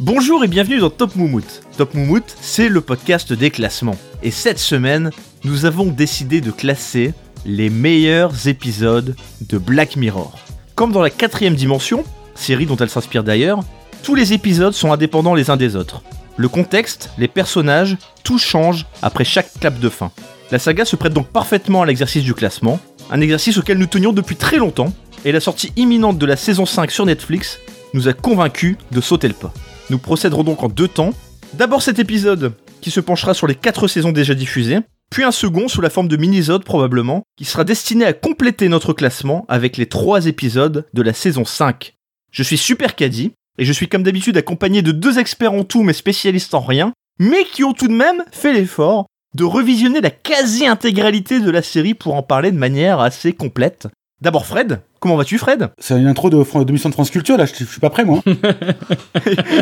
Bonjour et bienvenue dans Top Moumout. Top Moumout, c'est le podcast des classements. Et cette semaine, nous avons décidé de classer les meilleurs épisodes de Black Mirror. Comme dans la quatrième dimension, série dont elle s'inspire d'ailleurs, tous les épisodes sont indépendants les uns des autres. Le contexte, les personnages, tout change après chaque clap de fin. La saga se prête donc parfaitement à l'exercice du classement, un exercice auquel nous tenions depuis très longtemps, et la sortie imminente de la saison 5 sur Netflix nous a convaincus de sauter le pas. Nous procéderons donc en deux temps. D'abord cet épisode qui se penchera sur les quatre saisons déjà diffusées, puis un second sous la forme de mini-zode probablement, qui sera destiné à compléter notre classement avec les trois épisodes de la saison 5. Je suis Super Caddy, et je suis comme d'habitude accompagné de deux experts en tout mais spécialistes en rien, mais qui ont tout de même fait l'effort de revisionner la quasi-intégralité de la série pour en parler de manière assez complète. D'abord Fred, comment vas-tu Fred C'est une intro de, Fran- de mission de France Culture, là, je, je suis pas prêt, moi.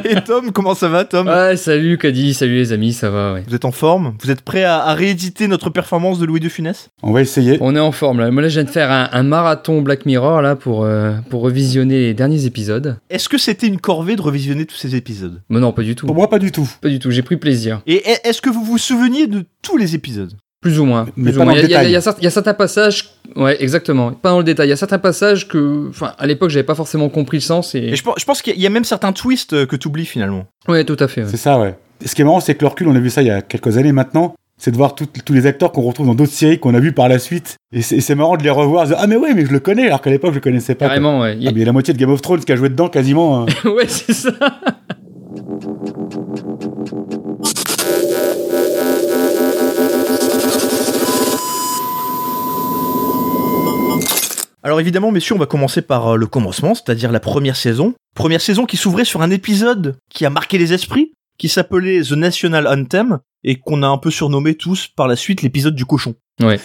Et Tom, comment ça va Tom Ouais, salut Caddy, salut les amis, ça va, ouais. Vous êtes en forme Vous êtes prêt à, à rééditer notre performance de Louis de Funès On va essayer. On est en forme là. Moi là, je viens de faire un, un marathon Black Mirror là pour, euh, pour revisionner les derniers épisodes. Est-ce que c'était une corvée de revisionner tous ces épisodes Mais non, pas du tout. Pour moi, pas du tout. Pas du tout, j'ai pris plaisir. Et e- est-ce que vous vous souveniez de tous les épisodes Plus ou moins. Mais plus pas ou moins. dans le Il y a- il y a- détail. il y a certes- il y a certains passages. Ouais, exactement. Pas dans le détail. Il y a certains passages que. Enfin, à l'époque, j'avais pas forcément compris le sens et. Et je, pense- je pense qu'il y a- il y a même certains twists euh, que tu oublies finalement. Ouais, tout à fait. ouais. C'est ça, ouais. Et ce qui est marrant, c'est que le recul, on a vu ça il y a quelques années maintenant, c'est de voir tout- tous les acteurs qu'on retrouve dans d'autres séries qu'on a vues par la suite. Et c'est, et c'est marrant de les revoir. de, ah, mais ouais, mais je le connais, alors qu'à l'époque, je le connaissais pas. quoi. Carrément, ouais. Il y Ah, a- mais il y a la moitié de Game of Thrones qui a joué dedans quasiment. hein. ouais, c'est ça. Alors évidemment, messieurs, on va commencer par euh, le commencement, c'est-à-dire la première saison. Première saison qui s'ouvrait sur un épisode qui a marqué les esprits, qui s'appelait The National Anthem, et qu'on a un peu surnommé tous par la suite l'épisode du cochon.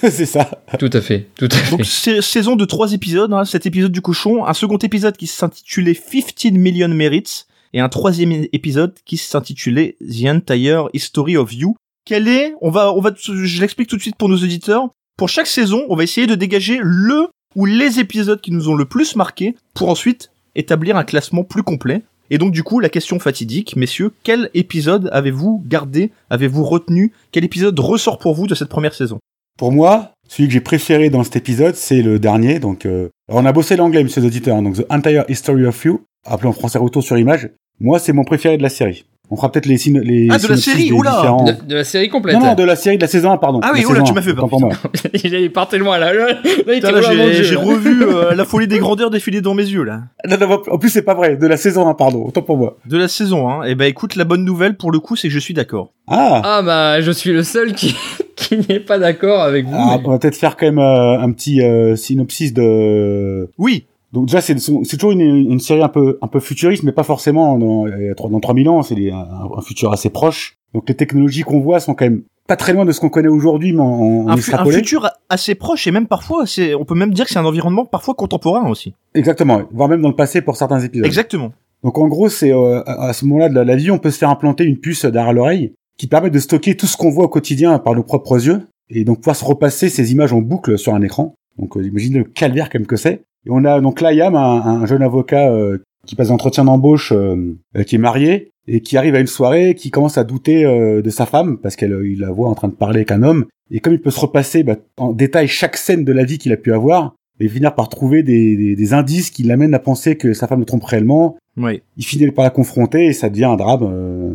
c'est ça. Tout à fait. Tout à Donc fait. sa- saison de trois épisodes, hein, cet épisode du cochon, un second épisode qui s'intitulait 15 Million Merits, et un troisième é- épisode qui s'intitulait The Entire History of You. Quel est, on va, on va, je l'explique tout de suite pour nos auditeurs. Pour chaque saison, on va essayer de dégager le ou les épisodes qui nous ont le plus marqué pour ensuite établir un classement plus complet. Et donc du coup, la question fatidique, messieurs, quel épisode avez-vous gardé, avez-vous retenu, quel épisode ressort pour vous de cette première saison Pour moi, celui que j'ai préféré dans cet épisode, c'est le dernier. Donc, euh, alors on a bossé l'anglais, monsieur les auditeurs. hein, donc, The Entire History of You, appelé en français Retour sur image. Moi, c'est mon préféré de la série. On fera peut-être les signes. Les Ah, de la synopsis série, des oula différents- De, de la série complète. Non, non, de la série de la saison 1, pardon. Ah oui, La oula, saison tu un, m'as fait peur, autant pour moi. il est parti loin là. Là, là, il était hein. Putain, là, loin dans le j'ai, jeu, j'ai là. revu euh, la folie des grandeurs défiler devant mes yeux là. Non, non, en plus, c'est pas vrai. De la saison 1, pardon. Autant pour moi. De la saison, hein. Et ben écoute, la bonne nouvelle pour le coup, c'est que je suis d'accord. Ah, Ah bah, je suis le seul qui, qui n'est pas d'accord avec vous. Ah, mais- On va peut-être faire quand même euh, un petit euh, synopsis de, Oui, Donc déjà, c'est c'est toujours une, une série un peu, un peu futuriste, mais pas forcément dans, euh, dans 3000 ans, c'est des- un, un futur assez proche. Donc les technologies qu'on voit sont quand même pas très loin de ce qu'on connaît aujourd'hui, mais en, en un, fu- un extrapolé. futur a- assez proche et même parfois, c'est, on peut même dire que c'est un environnement parfois contemporain aussi. Exactement, voire même dans le passé pour certains épisodes. Exactement. Donc en gros, c'est euh, à à ce moment-là de la, la vie, on peut se faire implanter une puce derrière l'oreille qui permet de stocker tout ce qu'on voit au quotidien par nos propres yeux et donc pouvoir se repasser ces images en boucle sur un écran. Donc euh, imagine le calvaire comme que c'est. Et on a donc là Yam, un, un jeune avocat euh, qui passe un entretien d'embauche, euh, euh, qui est marié et qui arrive à une soirée, qui commence à douter euh, de sa femme parce qu'elle euh, il la voit en train de parler avec un homme. Et comme il peut se repasser bah, en détail chaque scène de la vie qu'il a pu avoir, et finir par trouver des, des- des indices qui l'amènent à penser que sa femme le trompe réellement, Oui. il finit par la confronter et ça devient un drame. euh,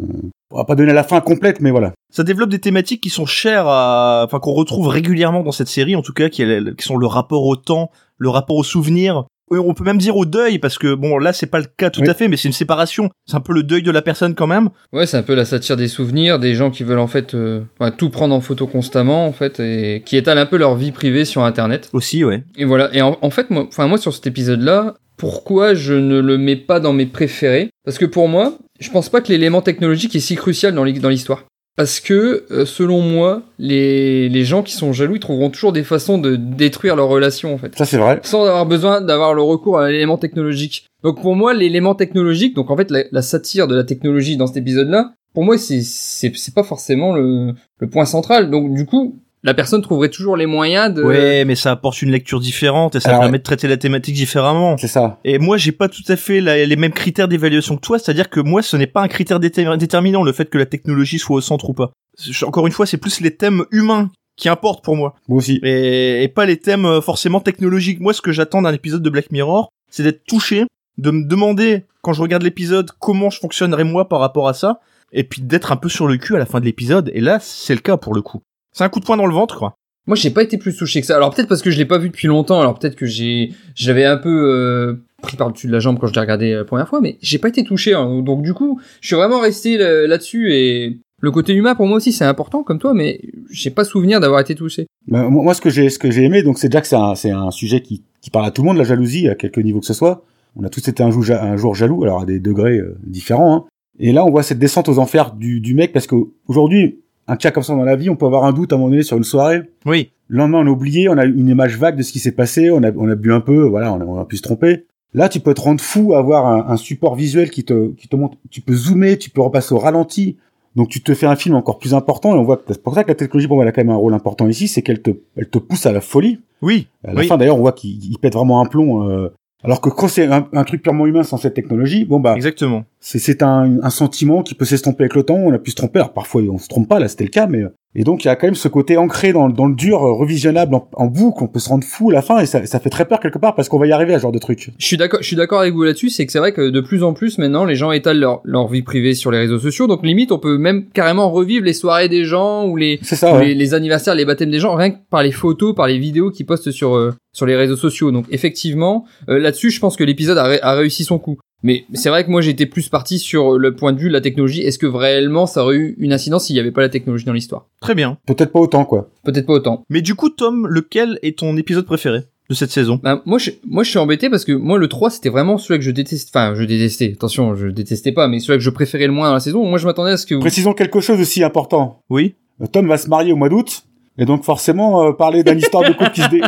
On va pas donner la fin complète, mais voilà. Ça développe des thématiques qui sont chères à, enfin, qu'on retrouve régulièrement dans cette série, en tout cas, qui, est- qui sont le rapport au temps, le rapport au souvenir. Et On peut même dire au deuil, parce que bon, là, c'est pas le cas tout Oui. à fait, mais c'est une séparation. C'est un peu le deuil de la personne quand même. Ouais, c'est un peu la satire des souvenirs, des gens qui veulent en fait euh, enfin, tout prendre en photo constamment en fait et qui étalent un peu leur vie privée sur internet. Aussi, ouais. Et voilà, et en, en fait moi enfin moi sur cet épisode là, pourquoi je ne le mets pas dans mes préférés Parce que pour moi, je pense pas que l'élément technologique est si crucial dans l'hi- dans l'histoire. Parce que, euh, selon moi, les, les gens qui sont jaloux, ils trouveront toujours des façons de détruire leur relation, en fait Ça, c'est vrai. sans avoir besoin d'avoir le recours à l'élément technologique. Donc pour moi, l'élément technologique, donc en fait la, la satire de la technologie dans cet épisode-là, pour moi c'est c'est c'est pas forcément le, le point central. Donc du coup, la personne trouverait toujours les moyens de. Ouais, mais ça apporte une lecture différente et ça Alors, permet de traiter la thématique différemment. C'est ça. Et moi, j'ai pas tout à fait la- les mêmes critères d'évaluation que toi, c'est-à-dire que moi, ce n'est pas un critère déter- déterminant le fait que la technologie soit au centre ou pas. Je- Encore une fois, c'est plus les thèmes humains qui importent pour moi Moi aussi. et, et pas les thèmes euh, forcément technologiques. Moi, ce que j'attends d'un épisode de Black Mirror, c'est d'être touché, de me demander quand je regarde l'épisode comment je fonctionnerais moi par rapport à ça, et puis d'être un peu sur le cul à la fin de l'épisode. Et là, c'est le cas pour le coup. C'est un coup de poing dans le ventre, quoi. Moi, j'ai pas été plus touché que ça. Alors peut-être parce que je l'ai pas vu depuis longtemps. Alors peut-être que j'ai, j'avais un peu euh, pris par dessus de la jambe quand je l'ai regardé euh, la première fois, mais j'ai pas été touché. hein. Donc du coup, je suis vraiment resté là- là-dessus et le côté humain pour moi aussi c'est important comme toi, mais j'ai pas souvenir d'avoir été touché. Ben, moi, moi, ce que j'ai, ce que j'ai aimé, donc, c'est déjà que c'est un, c'est un sujet qui, qui parle à tout le monde, la jalousie, à quelque niveau que ce soit. On a tous été un, jou- ja- un jour jaloux, alors à des degrés euh, différents. hein. Et là, on voit cette descente aux enfers du, du mec, parce que aujourd'hui, un cas comme ça dans la vie, on peut avoir un doute à un moment donné sur une soirée. Oui. Le lendemain, on a oublié, on a eu une image vague de ce qui s'est passé, on a, on a bu un peu, voilà, on a, on a pu se tromper. Là, tu peux te rendre fou, avoir un, un support visuel qui te, qui te montre, tu peux zoomer, tu peux repasser au ralenti. Donc, tu te fais un film encore plus important et on voit que c'est pour ça que la technologie, bon, elle a quand même un rôle important ici, c'est qu'elle te, elle te pousse à la folie. Oui. À la Oui. fin, d'ailleurs, on voit qu'il il pète vraiment un plomb, euh, alors que quand c'est un, un truc purement humain sans cette technologie, bon, bah, Exactement. c'est, c'est un, un sentiment qui peut s'estomper avec le temps. On a pu se tromper. Alors parfois on se trompe pas, là c'était le cas, mais euh, et donc il y a quand même ce côté ancré dans, dans le dur, euh, revisionnable en, en boucle. On peut se rendre fou à la fin et ça, ça fait très peur quelque part parce qu'on va y arriver à ce genre de truc. Je suis d'accord, je suis d'accord avec vous là-dessus. C'est que c'est vrai que de plus en plus maintenant, les gens étalent leur, leur vie privée sur les réseaux sociaux. Donc limite, on peut même carrément revivre les soirées des gens ou les C'est ça. ou ouais. les, les anniversaires, les baptêmes des gens, rien que par les photos, par les vidéos qu'ils postent sur euh, sur les réseaux sociaux. Donc effectivement, euh, là-dessus, je pense que l'épisode a, ré- a réussi son coup. Mais c'est vrai que moi j'étais plus parti sur le point de vue de la technologie. Est-ce que réellement ça aurait eu une incidence s'il n'y avait pas la technologie dans l'histoire Très bien. Peut-être pas autant quoi. Peut-être pas autant. Mais du coup, Tom, lequel est ton épisode préféré de cette saison Bah, moi, je, moi, je suis embêté parce que moi, le 3, c'était vraiment celui que je déteste. Enfin, je détestais. Attention, je détestais pas, mais celui que je préférais le moins dans la saison. Moi, je m'attendais à ce que vous... Précisons quelque chose aussi important. Oui. Euh, Tom va se marier au mois d'août. Et donc forcément euh, parler d'une histoire de couple qui se dé...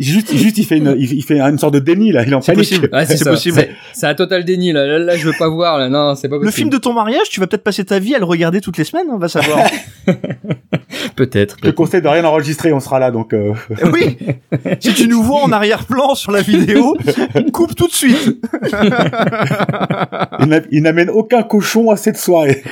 juste juste il fait une il, il fait une sorte de déni là il est en C'est panique. possible. Ouais, C'est ça. possible. C'est- C'est un total déni, là. Là, là, je veux pas voir, là. Non, c'est pas possible. Le film de ton mariage, tu vas peut-être passer ta vie à le regarder toutes les semaines, on va savoir. Peut-être. Je te conseille de rien enregistrer on sera là donc euh, Eh oui. Si tu nous vois en arrière-plan sur la vidéo, coupe tout de suite. Ah. il n'a- il n'amène aucun cochon à cette soirée.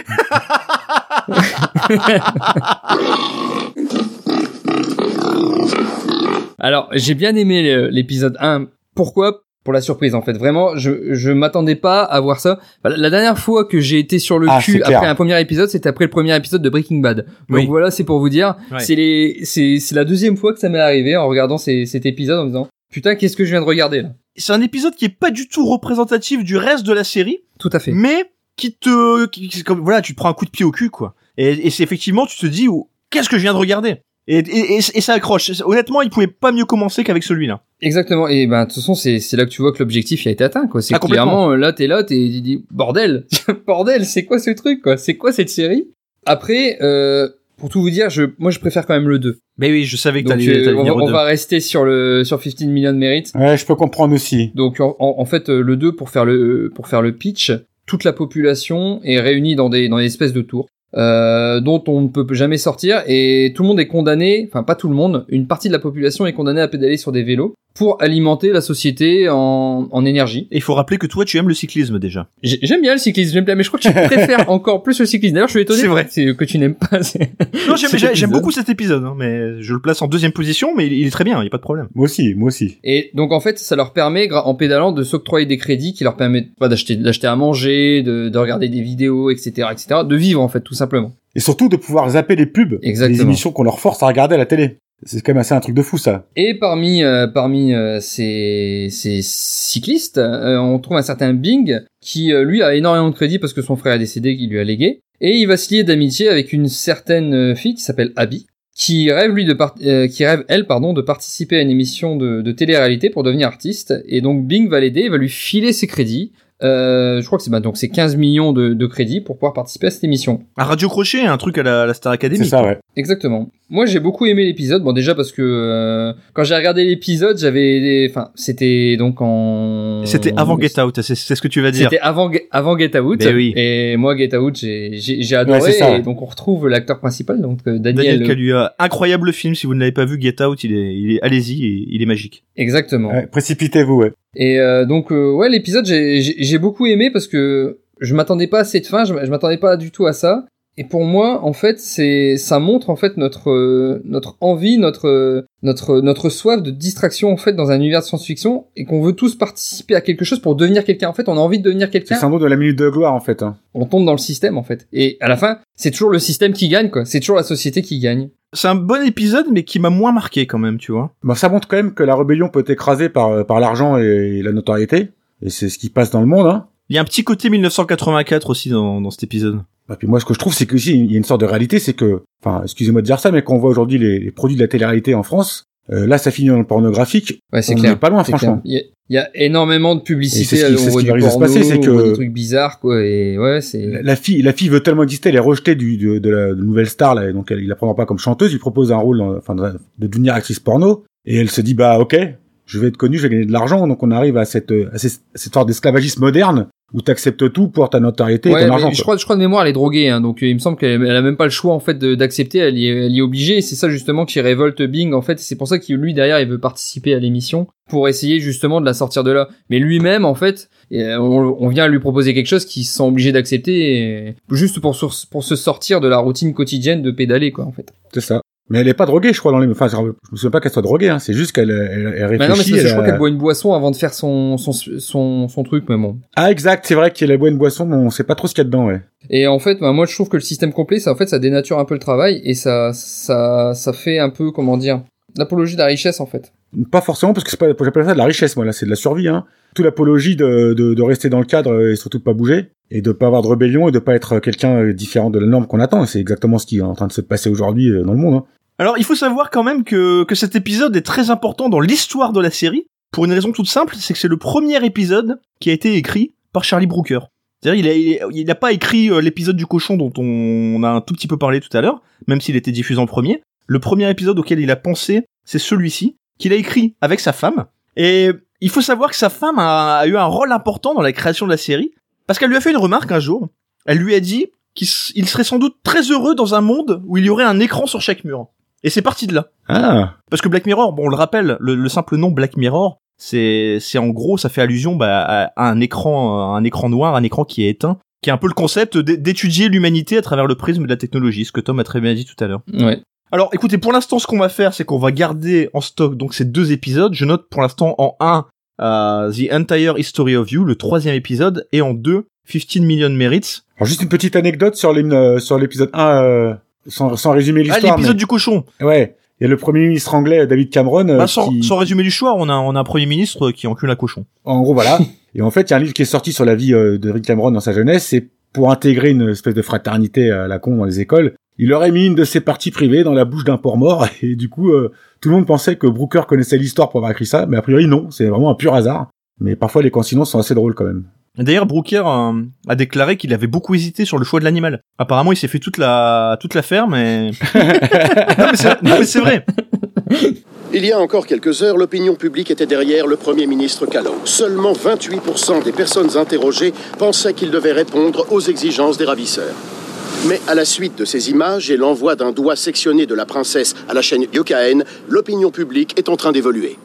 Alors, j'ai bien aimé euh, l'épisode 1. Pourquoi Pour la surprise, en fait. Vraiment, je, je m'attendais pas à voir ça. Bah, La la dernière fois que j'ai été sur le Ah, c'est cul clair. après un premier épisode, c'était après le premier épisode de Breaking Bad. Donc Oui. voilà, c'est pour vous dire. Ouais. C'est les, c'est, c'est la deuxième fois que ça m'est arrivé en regardant ces- cet épisode en me disant, putain, qu'est-ce que je viens de regarder, là? c'est un épisode qui est pas du tout représentatif du reste de la série, Tout à fait. mais qui te, qui- qui- c'est comme, voilà, tu te prends un coup de pied au cul, quoi. Et, et c'est effectivement, tu te dis, oh, qu'est-ce que je viens de regarder et, et, et, et ça accroche. Honnêtement, il pouvait pas mieux commencer qu'avec celui-là. Exactement. Et ben, de toute façon, c'est, c'est là que tu vois que l'objectif il a été atteint, quoi. C'est Ah, complètement. clairement, euh, là, t'es là, t'es, tu dis, bordel, bordel, c'est quoi ce truc, quoi? C'est quoi cette série? Après, euh, pour tout vous dire, je, moi, je préfère quand même le 2. Mais oui, je savais que Donc, t'allais euh, t'allais on, venir va, au on deux. va rester sur le, sur 15 millions de mérites. Ouais, je peux comprendre aussi. Donc, en, en- en fait, euh, le 2, pour faire le, pour faire le pitch, toute la population est réunie dans des, dans des espèces de tours. euh, dont on ne peut jamais sortir et tout le monde est condamné, enfin pas tout le monde, une partie de la population est condamnée à pédaler sur des vélos pour alimenter la société en, en énergie. Et il faut rappeler que toi, tu aimes le cyclisme déjà. J'ai- J'aime bien le cyclisme, j'aime bien, mais je crois que je préfère encore plus le cyclisme. D'ailleurs, je suis étonné C'est vrai. que tu n'aimes pas. c'est- Non, j'aime- Cet j'aime j'aime épisode. beaucoup cet épisode, hein, mais je le place en deuxième position, mais il, il est très bien, il y a pas de problème. Moi aussi, moi aussi. Et donc en fait, ça leur permet, gra- en pédalant, de s'octroyer des crédits qui leur permettent bah, d'acheter, d'acheter à manger, de, de regarder des vidéos, etc., etc., de vivre en fait, tout simplement. Et surtout de pouvoir zapper les pubs, Exactement. les émissions qu'on leur force à regarder à la télé. C'est quand même assez un truc de fou ça. Et parmi euh, parmi euh, ces, ces cyclistes, euh, on trouve un certain Bing qui euh, lui a énormément de crédit parce que son frère est décédé, qu'il lui a légué, et il va se lier d'amitié avec une certaine euh, fille qui s'appelle Abby, qui rêve lui de part- euh, qui rêve elle pardon de participer à une émission de, de télé-réalité pour devenir artiste, et donc Bing va l'aider, il va lui filer ses crédits. Euh, je crois que c'est bah, donc c'est 15 millions de, de crédits pour pouvoir participer à cette émission. Un radio crochet, un truc à la, à la Star C'est Academy. ça, ouais. Exactement. Moi, j'ai beaucoup aimé l'épisode. Bon, déjà parce que euh, quand j'ai regardé l'épisode, j'avais, enfin, c'était donc en. C'était avant Get Out, c'est c'est ce que tu vas dire. C'était avant Ge- avant Get Out. Mais oui. Et moi, Get Out, j'ai j'ai j'ai Ouais, adoré. c'est ça, ouais. Et donc, on retrouve l'acteur principal, donc euh, Daniel. Daniel Kaluuya, incroyable film. Si vous ne l'avez pas vu, Get Out, il est, il est- allez-y, il- il est magique. Exactement. Ouais, Précipitez-vous, ouais. Et euh, donc, euh, ouais, l'épisode, j'ai j'ai- j'ai beaucoup aimé parce que je m'attendais pas à cette fin. Je, m- je m'attendais pas du tout à ça. Et pour moi, en fait, c'est ça montre en fait notre euh, notre envie, notre euh, notre notre soif de distraction en fait dans un univers de science-fiction et qu'on veut tous participer à quelque chose pour devenir quelqu'un. En fait, on a envie de devenir C'est quelqu'un. le syndrome de la minute de gloire, en fait. hein. on tombe dans le système en fait. Et à la fin, c'est toujours le système qui gagne quoi. C'est toujours la société qui gagne. C'est un bon épisode, mais qui m'a moins marqué quand même, tu vois. Bon, ça montre quand même que la rébellion peut être écrasée par, euh, par l'argent et la notoriété. Et c'est ce qui passe dans le monde, hein. Il y a un petit côté 1984 aussi dans, dans cet épisode. Et Bah, puis moi, ce que je trouve, c'est que si, il y a une sorte de réalité, c'est que, enfin, excusez-moi de dire ça, mais quand on voit aujourd'hui les, les produits de la télé-réalité en France, euh, là, ça finit dans le pornographique. Ouais, c'est on clair. n'est pas loin, C'est franchement. clair. Il y, a, il y a énormément de publicité. Et c'est ce qui- euh, c'est on ce voit qui du risque de se porno, passer, c'est on que- voit des trucs bizarres quoi. Et ouais, c'est La, la fille, la fille veut tellement exister, elle est rejetée du, de, de la de nouvelle star, là, et donc elle, il la prendra pas comme chanteuse. Il propose un rôle, dans- enfin, de, de devenir actrice porno, et elle se dit, bah, ok, je vais être connue, je vais gagner de l'argent. Donc on arrive à cette, euh, à cette, cette sorte d'esclavagisme moderne où t'acceptes tout pour ta notoriété et Ouais, ton mais argent. je quoi. crois, je crois de mémoire, elle est droguée, hein, donc euh, il me semble qu'elle elle a même pas le choix en fait de- d'accepter. Elle, y est- elle y est obligée. Et c'est ça justement qui révolte Bing en fait. C'est pour ça que lui derrière, il veut participer à l'émission pour essayer justement de la sortir de là. Mais lui-même en fait, euh, on, on vient lui proposer quelque chose qu'il se sent obligé d'accepter et- juste pour source- pour se sortir de la routine quotidienne de pédaler quoi en fait. C'est ça. Mais elle est pas droguée, je crois, dans les, enfin, je je me souviens pas qu'elle soit droguée, hein. C'est juste qu'elle, elle, elle réfléchit. Mais Bah non, mais c'est parce que je elle crois a- qu'elle boit une boisson avant de faire son son son, son truc, mais bon. Ah exact, c'est vrai qu'il y a la bonne boisson, mais on sait pas trop ce qu'il y a dedans, ouais. Et en fait, bah, moi je trouve que le système complet, ça en fait, ça dénature un peu le travail et ça ça ça fait un peu comment dire l'apologie de la richesse en fait. Pas forcément parce que c'est pas, j'appelle ça de la richesse, moi là, c'est de la survie, hein. Tout l'apologie de, de, de rester dans le cadre et surtout de pas bouger et de pas avoir de rébellion et de pas être quelqu'un euh, différent de la norme qu'on attend. Et C'est exactement ce qui est en train de se passer aujourd'hui euh, dans le monde. Hein. Alors, il faut savoir quand même que, que cet épisode est très important dans l'histoire de la série, pour une raison toute simple, c'est que c'est le premier épisode qui a été écrit par Charlie Brooker. C'est-à-dire, il a- il a, il a pas écrit euh, l'épisode du cochon dont on, on a un tout petit peu parlé tout à l'heure, même s'il était diffusé en premier. Le premier épisode auquel il a pensé, c'est celui-ci, qu'il a écrit avec sa femme. Et il faut savoir que sa femme a, a eu un rôle important dans la création de la série, parce qu'elle lui a fait une remarque un jour. Elle lui a dit qu'il s- il serait sans doute très heureux dans un monde où il y aurait un écran sur chaque mur. Et c'est parti de là. Ah, Parce que Black Mirror, bon, on le rappelle, le, le simple nom Black Mirror, c'est, c'est en gros, ça fait allusion bah, à, à un écran, euh, un écran noir, un écran qui est éteint, qui est un peu le concept d'é- d'étudier l'humanité à travers le prisme de la technologie, ce que Tom a très bien dit tout à l'heure. Ouais. Alors, écoutez, pour l'instant, ce qu'on va faire, c'est qu'on va garder en stock donc ces deux épisodes. Je note pour l'instant en un euh, The Entire History of You, le troisième épisode, et en deux 15 Million Merits, alors juste une petite anecdote sur l'hymne, euh, sur l'épisode 1, euh, sans, sans résumer ah, l'histoire. l'épisode du cochon. mais- Ouais. Il y a le premier ministre anglais David Cameron euh, Bah, sans, qui- sans résumé du choix, on a, on a un premier ministre qui encule un cochon. En gros, voilà. et en fait, il y a un livre qui est sorti sur la vie euh, de Rick Cameron dans sa jeunesse. Et pour intégrer une espèce de fraternité à la con dans les écoles, il aurait mis une de ses parties privées dans la bouche d'un porc mort. Et du coup, euh, tout le monde pensait que Brooker connaissait l'histoire pour avoir écrit ça. Mais a priori, non. C'est vraiment un pur hasard. Mais parfois, les coïncidences sont assez drôles quand même. D'ailleurs, Brooker euh, a déclaré qu'il avait beaucoup hésité sur le choix de l'animal. Apparemment, il s'est fait toute la toute la ferme. Et... non, mais c'est- non, mais c'est vrai. Il y a encore quelques heures, l'opinion publique était derrière le Premier ministre Callow. Seulement 28% des personnes interrogées pensaient qu'il devait répondre aux exigences des ravisseurs. Mais à la suite de ces images et l'envoi d'un doigt sectionné de la princesse à la chaîne Yokaen, l'opinion publique est en train d'évoluer.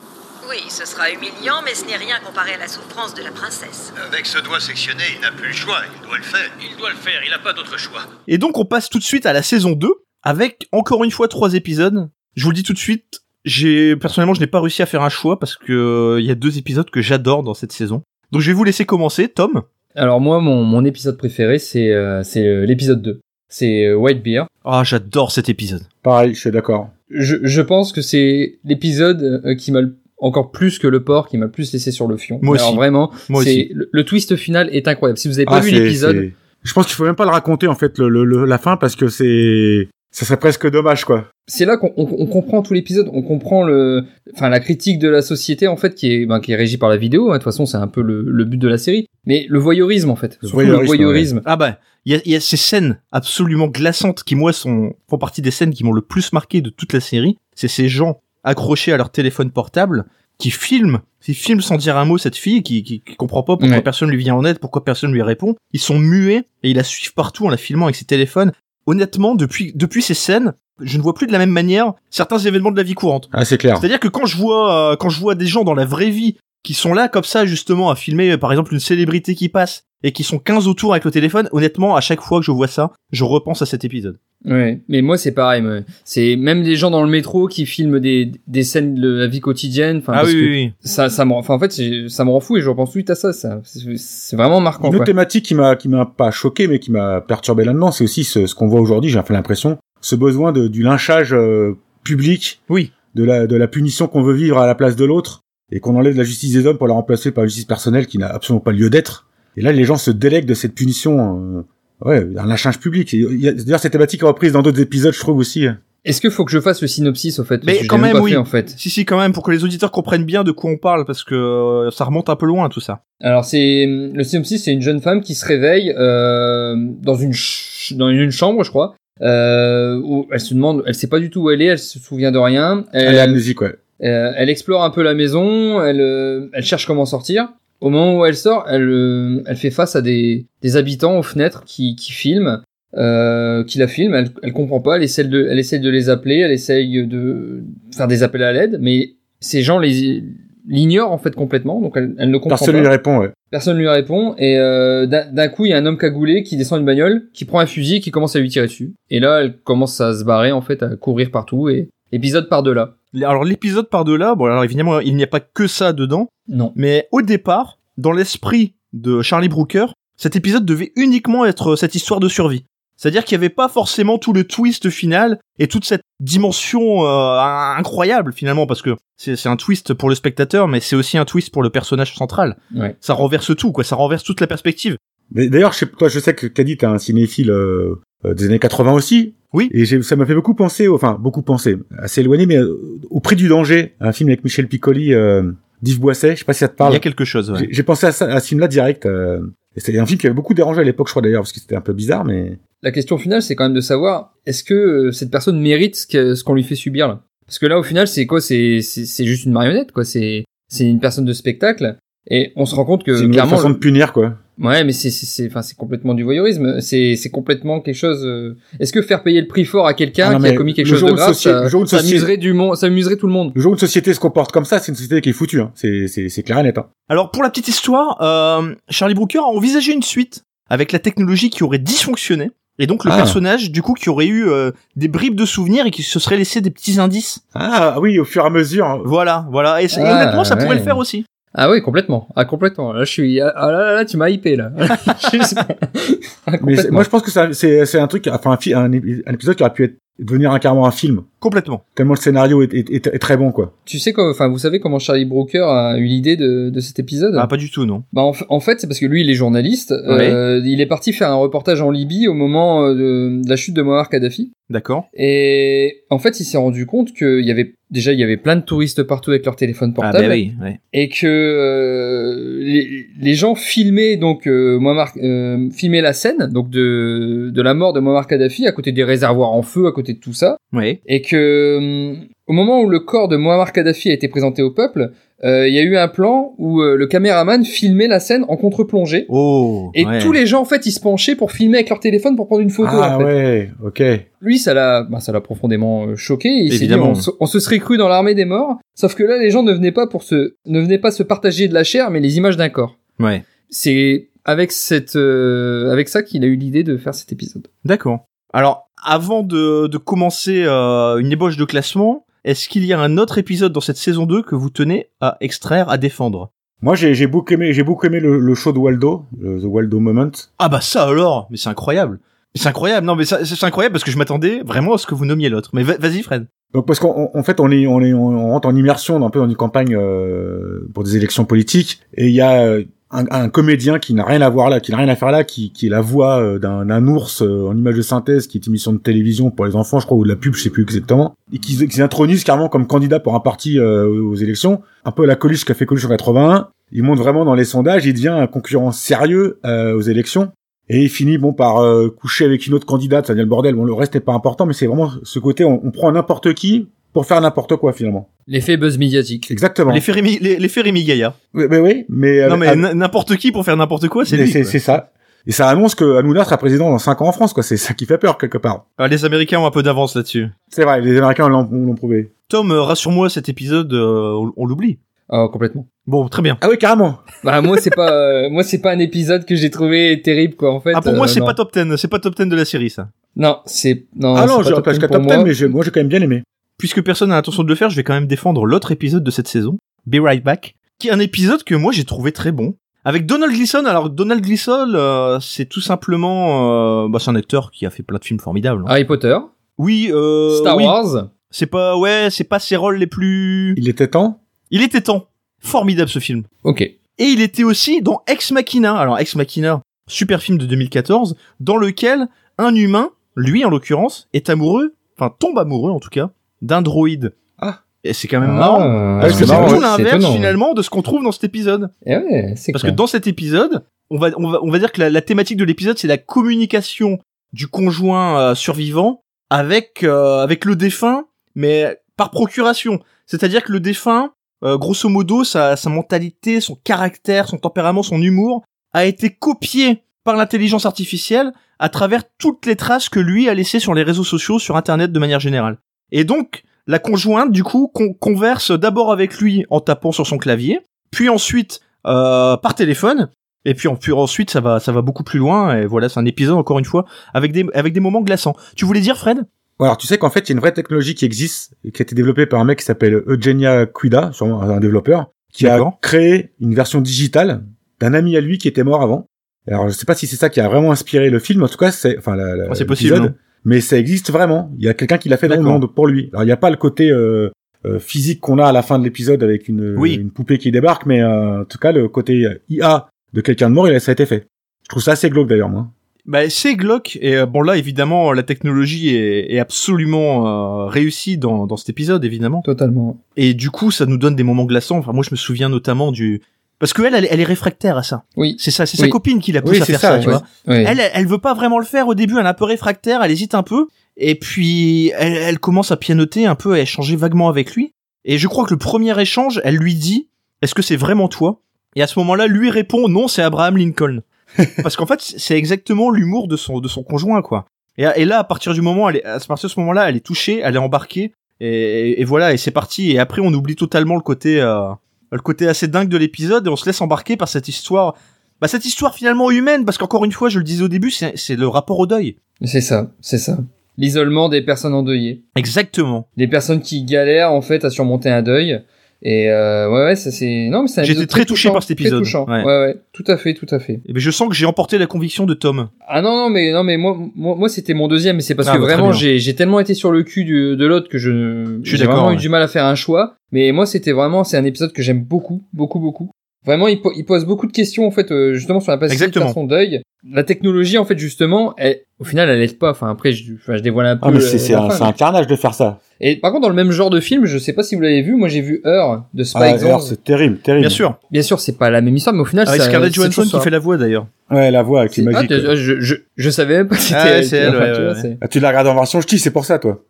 Oui, ce sera humiliant, mais ce n'est rien comparé à la souffrance de la princesse. Avec ce doigt sectionné, il n'a plus le choix, il doit le faire. Il doit le faire, il n'a pas d'autre choix. Et donc, on passe tout de suite à la saison 2 avec encore une fois trois épisodes. Je vous le dis tout de suite. J'ai personnellement, je n'ai pas réussi à faire un choix parce que euh, il y a deux épisodes que j'adore dans cette saison. Donc, je vais vous laisser commencer, Tom. Alors moi, mon, mon épisode préféré, c'est euh, c'est euh, l'épisode 2. C'est euh, White Bear. Ah, j'adore cet épisode. Pareil, je suis d'accord. Je, je pense que c'est l'épisode euh, qui m'a le- encore plus que le porc, qui m'a le plus laissé sur le fion. Moi Alors aussi. vraiment, Moi c'est- aussi. Le, le twist final est incroyable. Si vous n'avez pas Ah, vu c'est- l'épisode, c'est- Je pense qu'il faut même pas le raconter en fait le, le- le- la fin parce que c'est Ça serait presque dommage, quoi. c'est là qu'on on- on comprend tout l'épisode, on comprend le, enfin la critique de la société en fait qui est, ben, qui est régie par la vidéo. hein. De toute façon, c'est un peu le, le but de la série. Mais le voyeurisme en fait, Le surtout le voyeurisme, voyeurisme. Ah bah, il y a, il y a ces scènes absolument glaçantes qui, moi, sont, font partie des scènes qui m'ont le plus marqué de toute la série. C'est ces gens accrochés à leur téléphone portable qui filment, qui filment sans dire un mot cette fille qui, qui, qui comprend pas pourquoi Ouais. personne lui vient en aide, pourquoi personne lui répond. Ils sont muets et ils la suivent partout en la filmant avec ses téléphones. Honnêtement, depuis, depuis ces scènes, je ne vois plus de la même manière certains événements de la vie courante. Ah, c'est clair. C'est-à-dire que quand je vois euh, quand je vois des gens dans la vraie vie qui sont là comme ça justement à filmer euh, par exemple une célébrité qui passe et qui sont 15 autour avec le téléphone, honnêtement à chaque fois que je vois ça, je repense à cet épisode. Ouais. Mais moi c'est pareil. moi. C'est même les gens dans le métro qui filment des, des scènes de la vie quotidienne. Enfin, parce que Ah oui. Ça, ça me, rend- enfin en fait, c'est- ça me rend fou et je repense tout de suite à ça. ça. C'est c'est vraiment marquant. Une autre Quoi. thématique qui m'a qui m'a pas choqué mais qui m'a perturbé là-dedans, c'est aussi ce, ce qu'on voit aujourd'hui. J'ai enfin l'impression ce besoin de, du lynchage euh, public, Oui. de la de la punition qu'on veut vivre à la place de l'autre et qu'on enlève la justice des hommes pour la remplacer par une justice personnelle qui n'a absolument pas lieu d'être. Et là, les gens se délèguent de cette punition. euh, ouais, un lynchage public. Et il y a- D'ailleurs, cette thématique est reprise dans d'autres épisodes, je trouve aussi. Est-ce que faut que je fasse le synopsis au fait Mais Parce que je quand l'ai même, pas oui. fait, en fait. Si si quand même pour que les auditeurs comprennent bien de quoi on parle parce que euh, ça remonte un peu loin tout ça. Alors c'est le synopsis, c'est une jeune femme qui se réveille euh, dans une ch- dans une chambre, je crois. Euh, où elle se demande, elle sait pas du tout où elle est, elle se souvient de rien. Elle est Elle, amnésique, ouais. euh, elle explore un peu la maison, elle euh, elle cherche comment sortir. Au moment où elle sort, elle euh, elle fait face à des des habitants aux fenêtres qui qui filment. Euh, qui la filment, elle, elle comprend pas, elle essaie de, elle essaie de les appeler, elle essaye de faire des appels à l'aide, mais ces gens les l'ignorent en fait complètement, donc elle, elle ne comprend Personne pas. lui répond. Ouais. Personne lui répond et euh, d'un d'un coup il y a un homme cagoulé qui descend une bagnole, qui prend un fusil et qui commence à lui tirer dessus. Et là elle commence à se barrer en fait, à courir partout et l'épisode part de là. Alors l'épisode par delà, bon alors évidemment il n'y a pas que ça dedans, Non. mais au départ, dans l'esprit de Charlie Brooker, cet épisode devait uniquement être cette histoire de survie. C'est-à-dire qu'il n'y avait pas forcément tout le twist final et toute cette dimension euh, incroyable finalement, parce que c'est c'est un twist pour le spectateur, mais c'est aussi un twist pour le personnage central. Ouais. Ça renverse tout, quoi. Ça renverse toute la perspective. Mais d'ailleurs, je sais, toi, je sais que Caddy, t'es un cinéphile euh, euh, des années 80 aussi. Oui. Et j'ai- ça m'a fait beaucoup penser, au- enfin beaucoup penser, assez éloigné, mais euh, au prix du danger, un film avec Michel Piccoli, euh, d'Yves Boisset. Je sais pas si ça Il te y parle. a quelque chose. ouais. J'ai- J'ai pensé à, ça, à ce film-là direct. euh, et c'est un film qui avait beaucoup dérangé à l'époque, je crois d'ailleurs, parce que c'était un peu bizarre, mais La question finale c'est quand même de savoir est-ce que euh, cette personne mérite ce que- ce qu'on lui fait subir là Parce que là au final c'est quoi C'est c'est c'est juste une marionnette quoi. C'est c'est une personne de spectacle et on se rend compte c'est que une nouvelle clairement façon de punir, quoi. Ouais, mais c'est c'est c'est enfin c'est complètement du voyeurisme. C'est c'est complètement quelque chose. euh, Est-ce que faire payer le prix fort à Ah quelqu'un non, qui a mais commis quelque le chose jour de où le grave, socié- le ça, jour où le ça socié- amuserait du monde, ça amuserait tout le monde. Le jour où une société se comporte comme ça, c'est une société qui est foutue. Hein. C'est- C'est c'est clair et net. hein. Alors pour la petite histoire, euh, Charlie Brooker a envisagé une suite avec la technologie qui aurait dysfonctionné et donc le Ah. personnage du coup qui aurait eu euh, des bribes de souvenirs et qui se serait laissé des petits indices. Ah oui, au fur et à mesure. hein. Voilà, voilà. Et, c'est- et Ah, honnêtement, ça pourrait ouais. le faire aussi. Ah oui, complètement. Ah complètement. Là, je suis. Ah là là, là tu m'as hypé là. Je sais pas. Ah, Mais c'est- complètement. moi, je pense que ça- c'est c'est un truc, enfin un, fi- un, épi- un épisode qui aurait pu être, devenir un- carrément un film. Complètement. tellement le scénario est, est- est- est très bon quoi. Tu sais quoi Enfin, vous savez comment Charlie Brooker a eu l'idée de de cet épisode Ah, pas du tout, non. Bah en, f- en fait, c'est parce que lui, il est journaliste. Euh, il est parti faire un reportage en Libye au moment euh, de, de la chute de Muammar Kadhafi. D'accord. Ah, Et en fait, il s'est rendu compte qu'il y avait déjà il y avait plein de touristes partout avec leur téléphone portable Ah, bah ben oui, ouais. et que euh, les, les gens filmaient donc euh, Muammar- euh, filmaient la scène donc de de la mort de Muammar Kadhafi à côté des réservoirs en feu, à côté de tout ça Ouais. et que hum, au moment où le corps de Muammar Kadhafi a été présenté au peuple, euh, il y a eu un plan où euh, le caméraman filmait la scène en contre-plongée. Oh. Et ouais. tous les gens, en fait, ils se penchaient pour filmer avec leur téléphone pour prendre une photo. ah en fait ouais, ok. lui, ça l'a, bah, ça l'a profondément euh, choqué. Il s'est dit, Évidemment. on, se- on se serait cru dans l'armée des morts. Sauf que là, les gens ne venaient pas pour se, ne venaient pas se partager de la chair, mais les images d'un corps. Ouais. C'est avec cette, euh, avec ça qu'il a eu l'idée de faire cet épisode. D'accord. Alors, avant de, de commencer euh, une ébauche de classement, est-ce qu'il y a un autre épisode dans cette saison 2 que vous tenez à extraire, à défendre Moi j'ai j'ai beaucoup aimé, j'ai beaucoup aimé le, le show de Waldo, le, The Waldo Moment. Ah bah ça alors Mais c'est incroyable. C'est incroyable. Non, mais ça- c'est incroyable parce que je m'attendais vraiment à ce que vous nommiez l'autre. Mais va- vas-y, Fred. Donc parce qu'en en fait on est on est on, rentre en immersion un peu dans une campagne euh, pour des élections politiques et il y a euh, un, un comédien qui n'a rien à voir là, qui n'a rien à faire là, qui, qui est la voix euh, d'un d'un ours euh, en image de synthèse, qui est une émission de télévision pour les enfants, je crois, ou de la pub, je sais plus exactement, et qui, qui s'intronisent carrément comme candidat pour un parti euh, aux élections, un peu à la Coluche qu'a fait Coluche en 81. Il monte vraiment dans les sondages, il devient un concurrent sérieux euh, aux élections. Et il finit bon par euh, coucher avec une autre candidate, ça devient le bordel. Bon, le reste n'est pas important, mais c'est vraiment ce côté, on, on prend n'importe qui pour faire n'importe quoi finalement. L'effet buzz médiatique. Exactement. Les Ferrimi- les- les Ferrimi Gaillard. Oui, mais oui, mais Non euh, mais à- n- n'importe qui pour faire n'importe quoi, c'est mais lui. c'est, quoi. c'est ça. Et ça annonce que Hanouna sera président dans 5 ans en France, quoi. C'est ça qui fait peur quelque part. Ah, les Américains ont un peu d'avance là-dessus. C'est vrai, les Américains l'ont, l'ont prouvé. Tom, euh, rassure-moi, cet épisode, euh, on, on l'oublie. Ah, complètement. Bon, très bien. Ah oui, carrément. Bah moi c'est pas euh, moi c'est pas un épisode que j'ai trouvé terrible quoi en fait. Ah, pour moi, euh, c'est non. pas top 10, c'est pas top 10 de la série, ça. Non, c'est non. ah non, c'est je pas top pas 10 jusqu'à pour top 10, moi. mais j'ai- moi j'ai quand même bien aimé. Puisque personne n'a l'intention de le faire, je vais quand même défendre l'autre épisode de cette saison, Be Right Back, qui est un épisode que moi j'ai trouvé très bon. Avec Donald Gleason, alors Donald Gleason, euh, c'est tout simplement, euh, bah, c'est un acteur qui a fait plein de films formidables. hein. Harry Potter, Oui, euh, Star oui. Wars. C'est pas, ouais, c'est pas ses rôles les plus. Il était temps. Il était temps. Formidable ce film. Ok. Et il était aussi dans Ex Machina. Alors Ex Machina, super film de 2014, dans lequel un humain, lui en l'occurrence, est amoureux, enfin tombe amoureux en tout cas, d'un droïde. Ah. Et c'est quand même Ah, marrant. Parce que c'est c'est marrant, tout ouais, l'inverse étonnant, ouais. finalement de ce qu'on trouve dans cet épisode. Eh ouais, c'est Parce que clair. dans cet épisode, on va, on va, on va dire que la, la thématique de l'épisode, c'est la communication du conjoint euh, survivant avec, euh, avec le défunt, mais par procuration. C'est-à-dire que le défunt, euh, grosso modo, sa, sa mentalité, son caractère, son tempérament, son humour, a été copié par l'intelligence artificielle à travers toutes les traces que lui a laissées sur les réseaux sociaux, sur Internet de manière générale. Et donc, la conjointe, du coup, con- converse d'abord avec lui en tapant sur son clavier, puis ensuite euh, par téléphone, et puis, en- puis ensuite ça va, ça va beaucoup plus loin, et voilà, c'est un épisode, encore une fois, avec des, avec des moments glaçants. Tu voulais dire, Fred Ouais, Alors tu sais qu'en fait, il y a une vraie technologie qui existe, et qui a été développée par un mec qui s'appelle Eugenia Quida, sûrement un développeur, qui a D'accord. créé une version digitale d'un ami à lui qui était mort avant. Alors je sais pas si c'est ça qui a vraiment inspiré le film, en tout cas c'est enfin la, la- Ouais, C'est l'épisode. possible. hein. mais ça existe vraiment. Il y a quelqu'un qui l'a fait dans le D'accord. monde pour lui. Alors il n'y a pas le côté euh, euh, physique qu'on a à la fin de l'épisode avec une, Oui. une poupée qui débarque, mais euh, en tout cas le côté euh, IA de quelqu'un de mort, il a, ça a été fait. Je trouve ça assez glauque d'ailleurs moi. Bah, c'est glauque, et euh, bon là, évidemment, la technologie est, est absolument euh, réussie dans, dans cet épisode, évidemment. Totalement. Et du coup, ça nous donne des moments glaçants. Enfin, moi, je me souviens notamment du... Parce que elle, elle, est- elle est réfractaire à ça. Oui. C'est ça, c'est sa Oui. copine qui la pousse Oui, à c'est faire ça, ça, tu ouais. vois. Ouais. Elle, elle, elle veut pas vraiment le faire au début, elle est un peu réfractaire, elle hésite un peu, et puis elle, elle commence à pianoter un peu, à échanger vaguement avec lui. Et je crois que le premier échange, elle lui dit Est-ce que c'est vraiment toi Et à ce moment-là, lui répond Non, c'est Abraham Lincoln. Parce qu'en fait, c'est exactement l'humour de son, de son conjoint, quoi. Et, et là, à partir du moment, elle est, à partir de ce moment-là, elle est touchée, elle est embarquée, et, et voilà, et c'est parti. Et après, on oublie totalement le côté, euh, le côté assez dingue de l'épisode, et on se laisse embarquer par cette histoire bah, cette histoire finalement humaine, parce qu'encore une fois, je le disais au début, c'est c'est le rapport au deuil. C'est ça, c'est ça. L'isolement des personnes endeuillées, Exactement. des personnes qui galèrent en fait à surmonter un deuil. Et euh, ouais, ouais, ça c'est. Non, mais c'est. un J'étais épisode très touché touchant, par cet très épisode, touchant. ouais. ouais, ouais, tout à fait, tout à fait. Et bien, Eh ben, je sens que j'ai emporté la conviction de Tom. Ah non, non, mais non, mais moi, moi, moi c'était mon deuxième, mais c'est parce Ah, que bah, très vraiment, bien. j'ai, j'ai tellement été sur le cul du- de l'autre que je, Je suis j'ai d'accord, vraiment eu ouais. du mal à faire un choix. Mais moi, c'était vraiment, c'est un épisode que j'aime beaucoup, beaucoup, beaucoup. Vraiment, il, po- il pose beaucoup de questions en fait, euh, justement sur la passivité Exactement. de son deuil. La technologie, en fait, justement, elle, au final, elle aide pas. Enfin, après, je, enfin, je dévoile un peu. Ah mais euh, c'est c'est la un, fin, c'est un carnage de faire ça. Et par contre, dans le même genre de film, je sais pas si vous l'avez vu, moi j'ai vu Heure de Spike Ah, Jonze. alors, c'est terrible, terrible. Bien sûr. Bien sûr, c'est pas la même histoire, mais au final, Avec Ah, ça- Ah Scarlett c'est Johansson toujours qui ça. fait la voix d'ailleurs. Ouais, la voix qui est C'est- ah, magique. t'as- je, je, je savais même pas que c'était Ah ouais, elle, c'est tu elle, vois, ouais, tu ouais, vois, ouais. c'est- Ah, tu l'as regardé en version ch'ti, c'est pour ça toi.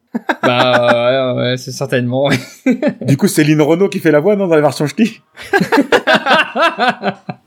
Bah ouais, ouais, c'est certainement. Du coup, c'est Lynn Renault qui fait la voix, non, dans la version ch'ti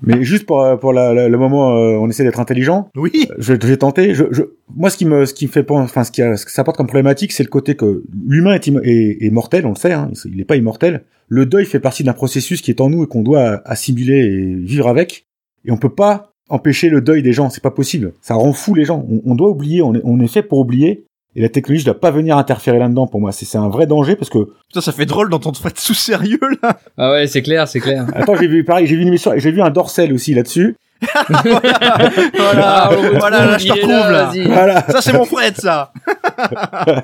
Mais juste pour, euh, pour la- la- le moment, euh, on essaie d'être intelligent. Oui. Je, je vais tenter. Je, je- moi, ce qui me, ce qui me fait, pen- enfin, ce qui, a- ce que ça apporte comme problématique, c'est le côté que l'humain est, immo- est, est mortel, on le sait. Hein, il n'est pas immortel. Le deuil fait partie d'un processus qui est en nous et qu'on doit assimiler et vivre avec. Et on peut pas empêcher le deuil des gens. C'est pas possible. Ça rend fou les gens. On, on doit oublier. On est, on est fait pour oublier. Et la technologie ne doit pas venir interférer là-dedans. Pour moi, c'est c'est un vrai danger parce que Putain, ça fait drôle d'entendre Fred sous sérieux là. ah ouais, c'est clair, c'est clair. Attends, j'ai vu pareil, j'ai vu une émission, j'ai vu un dorsel aussi là-dessus. Ah, voilà, Ah, voilà, Oh là, je te retrouve là. Voilà. Ça, c'est mon Fred, ça.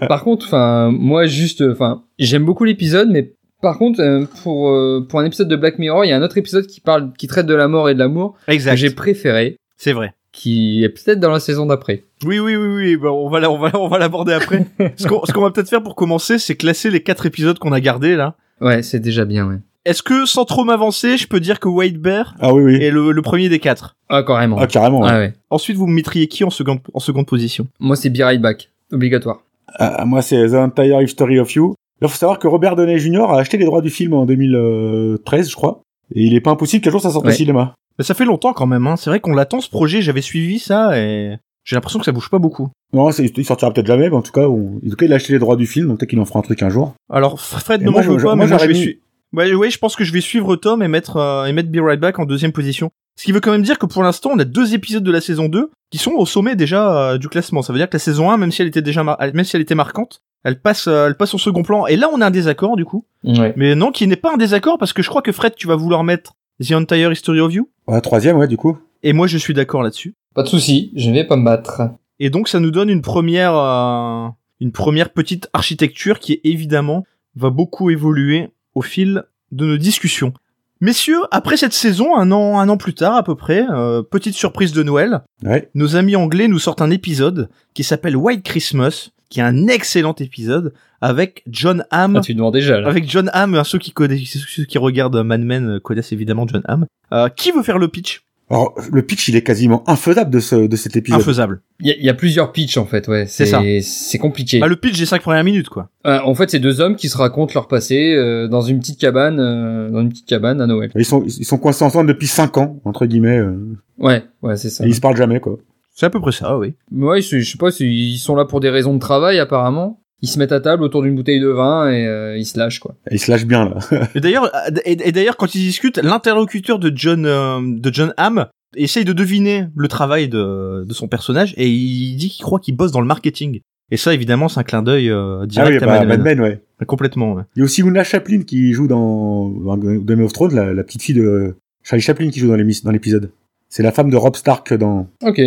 Par contre, enfin, moi juste, enfin, j'aime beaucoup l'épisode, mais Par contre, euh, pour, euh, pour un épisode de Black Mirror, il y a un autre épisode qui parle, qui traite de la mort et de l'amour que Exact. j'ai préféré, C'est vrai. qui est peut-être dans la saison d'après. Oui, oui, oui, oui. bah, on va, la- on va, on va l'aborder après. ce qu'on, ce qu'on va peut-être faire pour commencer, c'est classer les quatre épisodes qu'on a gardés là. Ouais, c'est déjà bien, ouais. Est-ce que, sans trop m'avancer, je peux dire que White Bear Ah oui, oui. est le, le premier des quatre Ah, carrément. Ah, carrément. ouais. Ah ouais. Ensuite, vous me mettriez qui en seconde, en seconde position Moi, c'est Be Right Back. Obligatoire. Ah, moi, c'est The Entire History of You. Il faut savoir que Robert Downey Jr. a acheté les droits du film en 2013, je crois. Et il est pas impossible qu'un jour ça sorte au Ouais. cinéma. Mais ça fait longtemps quand même. Hein. C'est vrai qu'on l'attend ce projet. J'avais suivi ça et j'ai l'impression que ça bouge pas beaucoup. Non, c'est- il sortira peut-être jamais, mais en tout cas, on- en tout cas, il a acheté les droits du film, donc peut-être qu'il en fera un truc un jour. Alors, F- Fred Et ne moi, mange pas, je- moi, mais moi, je j'aurais vais mis- suivre. Ouais, ouais, je pense que je vais suivre Tom et mettre, euh, et mettre Be Right Back en deuxième position. Ce qui veut quand même dire que pour l'instant, on a deux épisodes de la saison 2 qui sont au sommet déjà euh, du classement. Ça veut dire que la saison 1, même si elle était déjà, mar- elle- même si elle était marquante, elle passe, euh, elle passe au second plan. Et là, on a un désaccord, du coup. Ouais. Mais non, qui n'est pas un désaccord parce que je crois que Fred, tu vas vouloir mettre The Entire History of You. Ouais, troisième, ouais, du coup. Et moi, je suis d'accord là-dessus. Pas de souci, je ne vais pas me battre. Et donc ça nous donne une première, euh, une première petite architecture qui évidemment va beaucoup évoluer au fil de nos discussions. Messieurs, après cette saison, un an, un an plus tard à peu près, euh, petite surprise de Noël, Ouais. nos amis anglais nous sortent un épisode qui s'appelle White Christmas, qui est un excellent épisode avec John Hamm Ah, tu demandes déjà, là. avec John Hamm, hein, ceux qui connaissent, ceux qui regardent Mad Men euh, connaissent évidemment John Hamm. Euh, qui veut faire le pitch Alors, le pitch, il est quasiment infaisable de, ce, de cet épisode. Infaisable. Il y, a- il y a plusieurs pitchs, en fait, ouais. C'est ça. C'est compliqué. Bah, le pitch des cinq premières minutes, quoi. Euh, en fait, c'est deux hommes qui se racontent leur passé euh, dans une petite cabane, euh, dans une petite cabane à Noël. Ils sont, ils sont coincés ensemble depuis cinq ans, entre guillemets, euh, Ouais, ouais, c'est ça. et ils se parlent jamais, quoi. C'est à peu près ça, oui. Ouais, je, je sais pas, c'est- ils sont là pour des raisons de travail apparemment. Ils se mettent à table autour d'une bouteille de vin et euh, ils se lâchent quoi. Et ils se lâchent bien, là. Et d'ailleurs, et, et d'ailleurs, quand ils discutent, l'interlocuteur de John, euh, de John Hamm essaye de deviner le travail de, de son personnage et il dit qu'il croit qu'il bosse dans le marketing. Et ça, évidemment, c'est un clin d'œil euh, ah direct oui, à bah, Mad Men. Mad Men, ouais. Complètement. ouais. Il y a aussi Luna Chaplin qui joue dans, dans Game of Thrones, la, la petite fille de Charlie Chaplin qui joue dans l'émis- dans l'épisode. C'est la femme de Rob Stark dans, Ok.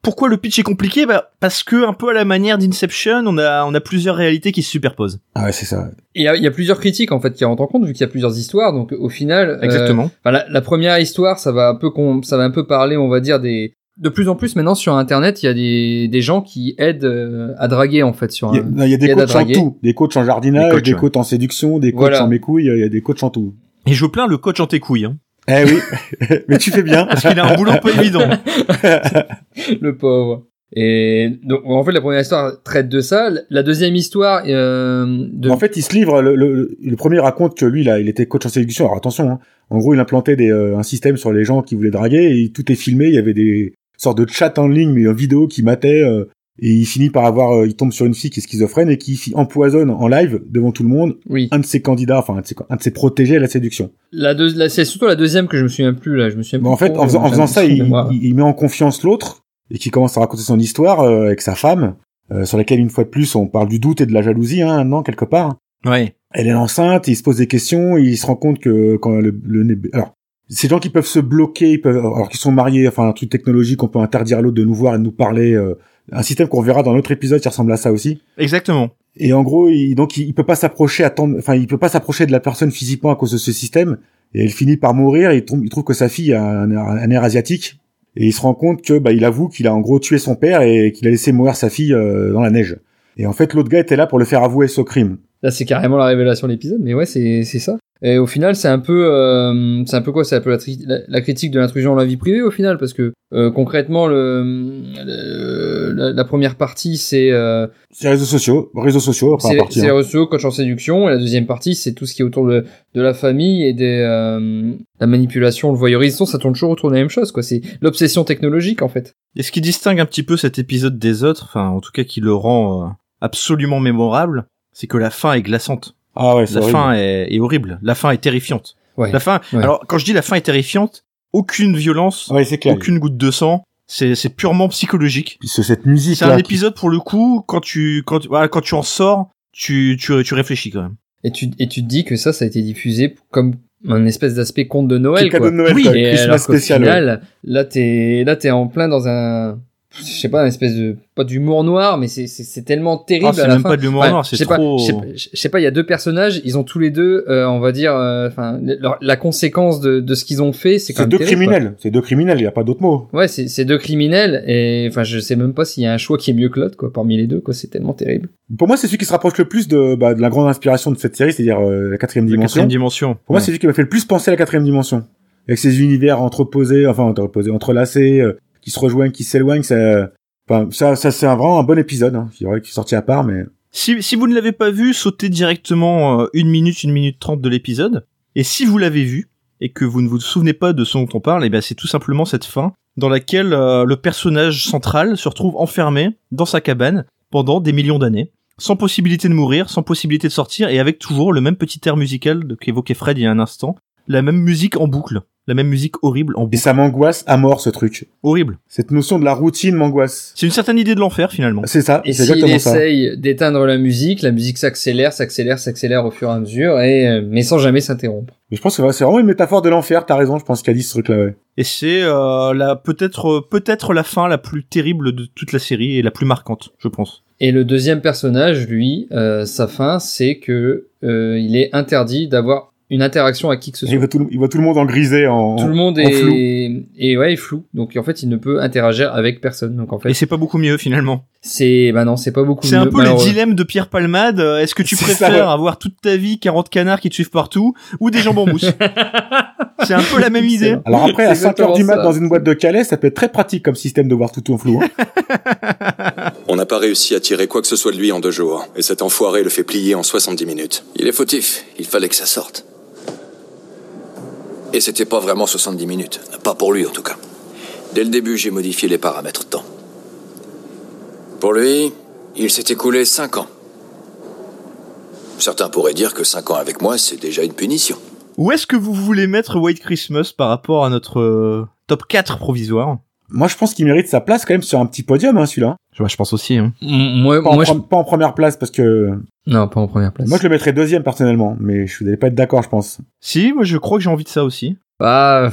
Pourquoi le pitch est compliqué bah, Parce que un peu à la manière d'Inception, on a, on a plusieurs réalités qui se superposent. Ah ouais, c'est ça. Il y, a, il y a plusieurs critiques en fait qui rentrent en compte vu qu'il y a plusieurs histoires. Donc au final, euh, enfin, la, la première histoire, ça va un peu con- ça va un peu parler, on va dire des. De plus en plus maintenant sur Internet, il y a des, des gens qui aident euh, à draguer en fait sur. Il y a, un- non, il y a des Il y a coachs en d'Adraguer. tout. Des coachs en jardinage, Des des coachs, coachs, ouais. en séduction, des coachs Voilà. en mécouilles, il y a des coachs en tout. Et je plains le coach en tes couilles, hein, Eh oui, mais tu fais bien. parce qu'il a un boulot pas évident. le pauvre. Et donc en fait la première histoire traite de ça. La deuxième histoire euh, de. En fait, il se livre. Le, le- le premier raconte que lui, là, il était coach en séduction. Alors attention, hein. en gros, il implantait des, euh, un système sur les gens qui voulaient draguer et tout est filmé. Il y avait des sortes de chats en ligne, mais en vidéo qui mataient. euh, et il finit par avoir, euh, il tombe sur une fille qui est schizophrène et qui fi- empoisonne en live devant tout le monde Oui. un de ses candidats, enfin un de ses, un de ses protégés à la séduction. La deux- la- c'est surtout la deuxième que je me souviens plus là. Je me souviens. Mais plus en fait, trop, euh, en faisant, en j'ai faisant ça, il, l'impression de- il- il met en confiance l'autre et qui commence à raconter son histoire euh, avec sa femme, euh, sur laquelle une fois de plus on parle du doute et de la jalousie, hein, non quelque part. Ouais. Elle est enceinte, il se pose des questions, il se rend compte que quand le, le nez- alors ces gens qui peuvent se bloquer, ils peuvent, alors qu'ils sont mariés, enfin un truc technologique, on peut interdire l'autre de nous voir et de nous parler, euh, un système qu'on verra dans l'autre épisode qui ressemble à ça aussi. Exactement. Et en gros, il, donc il, il peut pas s'approcher, attendre, enfin il peut pas s'approcher de la personne physiquement à cause de ce système. Et elle finit par mourir. Et il, tombe- il trouve que sa fille a un, air- un air asiatique. Et il se rend compte que bah, il avoue qu'il a en gros tué son père et qu'il a laissé mourir sa fille euh, dans la neige. Et en fait, l'autre gars était là pour le faire avouer ce crime. Là, c'est carrément la révélation de l'épisode, mais ouais, c'est c'est ça. Et au final, c'est un peu, euh, c'est un peu quoi C'est un peu la, tri- la- la critique de l'intrusion dans la vie privée au final, parce que euh, concrètement, le, le- la, la première partie, c'est euh, C'est réseaux sociaux, réseaux sociaux après c'est la partie. c'est les hein. réseaux, coach en séduction, et la deuxième partie, c'est tout ce qui est autour de, de la famille et des euh, la manipulation, le voyeurisme. Ça tourne toujours autour de la même chose, quoi. C'est l'obsession technologique en fait. Et ce qui distingue un petit peu cet épisode des autres, enfin en tout cas qui le rend euh, absolument mémorable, c'est que la fin est glaçante. Ah ouais, c'est La horrible. fin est, est horrible. La fin est terrifiante. Ouais. La fin. Ouais. Alors quand je dis la fin est terrifiante, aucune violence, Ah Ouais, c'est clair. aucune goutte de sang. C'est c'est purement psychologique. Puis ce- cette musique C'est là, un qui- épisode pour le coup quand tu quand tu- voilà, quand tu en sors, tu tu tu réfléchis quand même. Et tu et tu te dis que ça, ça a été diffusé comme un espèce d'aspect conte de qui est Noël, cadeau quoi. de Noël, Oui, quoi, Et Christmas alors qu'au spécial. ouais. final, là t'es là t'es en plein dans un je sais pas, une espèce de pas d'humour noir, mais c'est c'est- c'est tellement terrible. Ah, c'est à bah, la même fin. pas de l'humour Ouais, noir, je c'est sais pas, trop- je sais pas- je sais pas, il y a deux personnages, ils ont tous les deux, euh, on va dire, euh, enfin, leur- la conséquence de, de ce qu'ils ont fait, c'est quand C'est même deux terrible, quoi. criminels. C'est deux criminels, il n'y a pas d'autre mot. Ouais, c'est c'est deux criminels et enfin, je sais même pas s'il y a un choix qui est mieux que l'autre, quoi, parmi les deux, quoi. C'est tellement terrible. Pour moi, c'est celui qui se rapproche le plus de, bah, de la grande inspiration de cette série, c'est-à-dire euh, la quatrième La dimension. quatrième dimension. Pour moi, c'est celui qui m'a fait le plus penser à la quatrième dimension. Avec ces univers entreposés, enfin entreposés, entrelacés, euh, qui se rejoignent, qui s'éloignent. Ça, euh, enfin, ça, ça c'est un- vraiment un bon épisode. Hein, qui aurait qui est sorti à part, mais Si, si vous ne l'avez pas vu, sautez directement euh, une minute, une minute trente de l'épisode. Et si vous l'avez vu et que vous ne vous souvenez pas de ce dont on parle, eh bien c'est tout simplement cette fin dans laquelle euh, le personnage central se retrouve enfermé dans sa cabane pendant des millions d'années, sans possibilité de mourir, sans possibilité de sortir, et avec toujours le même petit air musical de- qu'évoquait Fred il y a un instant, la même musique en boucle, la même musique horrible en et boucle, ça m'angoisse à mort ce truc. horrible. Cette notion de la routine m'angoisse. C'est une certaine idée de l'enfer finalement. C'est ça. Et C'est s'il exactement ça. essaye d'éteindre la musique, la musique s'accélère, s'accélère, s'accélère au fur et à mesure et euh, mais sans jamais s'interrompre. Mais je pense que c'est vraiment une métaphore de l'enfer. T'as raison. Je pense qu'elle dit ce truc-là. Ouais. Et c'est euh, la peut-être peut-être la fin la plus terrible de toute la série et la plus marquante, je pense. Et le deuxième personnage, lui, euh, sa fin, c'est que euh, il est interdit d'avoir une interaction à qui que ce soit. Il voit tout, le- il voit tout le monde en grisé, en Tout le monde en est flou. et ouais est flou. Donc en fait, il ne peut interagir avec personne. Donc en Et fait, c'est pas beaucoup mieux finalement. c'est bah non, c'est pas beaucoup. C'est un mieux, peu le malheureux. dilemme de Pierre Palmade. euh, Est-ce que tu C'est préfères ça, ouais. avoir toute ta vie 40 canards qui te suivent partout ou des jambes en mousse C'est un peu la même idée. Excellent. Alors après, C'est à 5 heures du exactement mat ça. dans une boîte de Calais, ça peut être très pratique comme système de voir tout en flou. hein. On n'a pas réussi à tirer quoi que ce soit de lui en deux jours, et cet enfoiré le fait plier en 70 minutes. Il est fautif, il fallait que ça sorte. Et c'était pas vraiment 70 minutes, pas pour lui en tout cas. Dès le début, j'ai modifié les paramètres temps. Pour lui, il s'est écoulé 5 ans. Certains pourraient dire que 5 ans avec moi, c'est déjà une punition. Où est-ce que vous voulez mettre White Christmas par rapport à notre euh, top 4 provisoire Moi, je pense qu'il mérite sa place quand même sur un petit podium, hein, celui-là. je, je pense aussi. hein. M- Moi, Pas, en moi je... pre- pas en première place parce que non, pas en première place. moi je le mettrais deuxième personnellement, mais je n'allais pas être d'accord, je pense. Si, moi je crois que j'ai envie de ça aussi. Bah,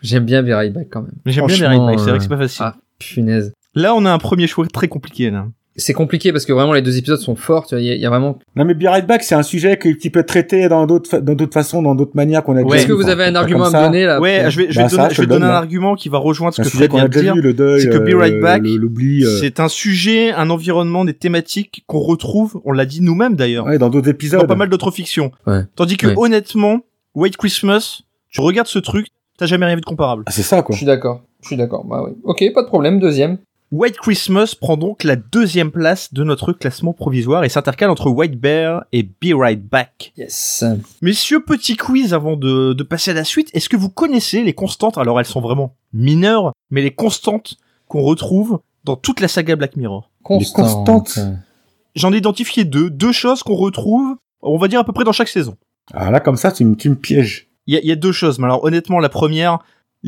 j'aime bien Be Right Back quand même. Mais j'aime bien les Franchement, remakes, c'est vrai euh, que c'est pas facile. Ah punaise. Là, on a un premier choix très compliqué là. C'est compliqué parce que vraiment les deux épisodes sont forts. tu vois, Il y, a- il y a vraiment. Non, mais Be Right Back, c'est un sujet qui qui peut être traité dans d'autres, fa- dans d'autres façons, dans d'autres manières qu'on a Ouais. Est-ce déjà que vues, vous enfin, avez un pas argument comme à me ça. donner là Ouais, pour- je vais, je Bah, vais te ça, donner, je je vais le te donner donne, un là. argument qui va rejoindre ce C'est un que sujet Fred qu'on vient a de déjà dire. vu, le deuil, c'est que Be euh, Right le- Back, le- l'oubli. euh, C'est un sujet, un environnement, des thématiques qu'on retrouve, on l'a dit nous-mêmes d'ailleurs, Ouais, dans d'autres épisodes. dans pas mal d'autres fictions. Ouais. Tandis que Ouais. honnêtement, White Christmas, tu regardes ce truc, t'as jamais rien vu de comparable. Ah, c'est ça, quoi. Je suis d'accord. Je suis d'accord. Bah oui. Ok, pas de problème. Deuxième. White Christmas prend donc la deuxième place de notre classement provisoire et s'intercale entre White Bear et Be Right Back. Yes. Messieurs, petit quiz avant de, de passer à la suite. Est-ce que vous connaissez les constantes Alors elles sont vraiment mineures, mais les constantes qu'on retrouve dans toute la saga Black Mirror. constantes. J'en ai identifié deux, deux choses qu'on retrouve, on va dire à peu près dans chaque saison. Ah, là, comme ça, tu, me- tu me pièges. Il y a, il y a deux choses, mais alors honnêtement, la première,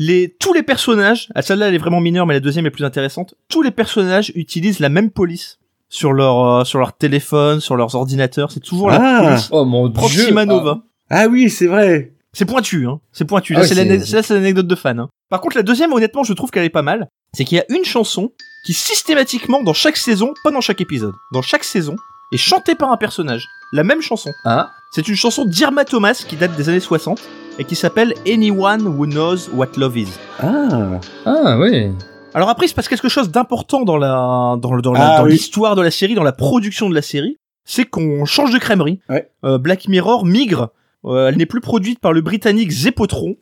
les, tous les personnages, ah, celle-là elle est vraiment mineure, mais la deuxième est plus intéressante, tous les personnages utilisent la même police sur leur, euh, sur leur téléphone, sur leurs ordinateurs, c'est toujours Ah. la police Oh mon dieu. Proxima Nova. Ah oui, c'est vrai. C'est pointu, hein. C'est pointu. Ah Là, oui, c'est c'est- l'ane- là, c'est l'anecdote de fan. hein. Par contre, la deuxième, honnêtement, je trouve qu'elle est pas mal. C'est qu'il y a une chanson qui systématiquement, dans chaque saison, pas dans chaque épisode, dans chaque saison, est chantée par un personnage. La même chanson. Ah. C'est une chanson d'Irma Thomas qui date des années 60 et qui s'appelle Anyone Who Knows What Love Is. Ah. Ah, ah oui. Alors après, il se passe quelque chose d'important dans la dans, le- dans, la- Ah, dans oui. l'histoire de la série, dans la production de la série, c'est qu'on change de crèmerie. Ouais. Euh, Black Mirror migre. Euh, elle n'est plus produite par le britannique Zepotron,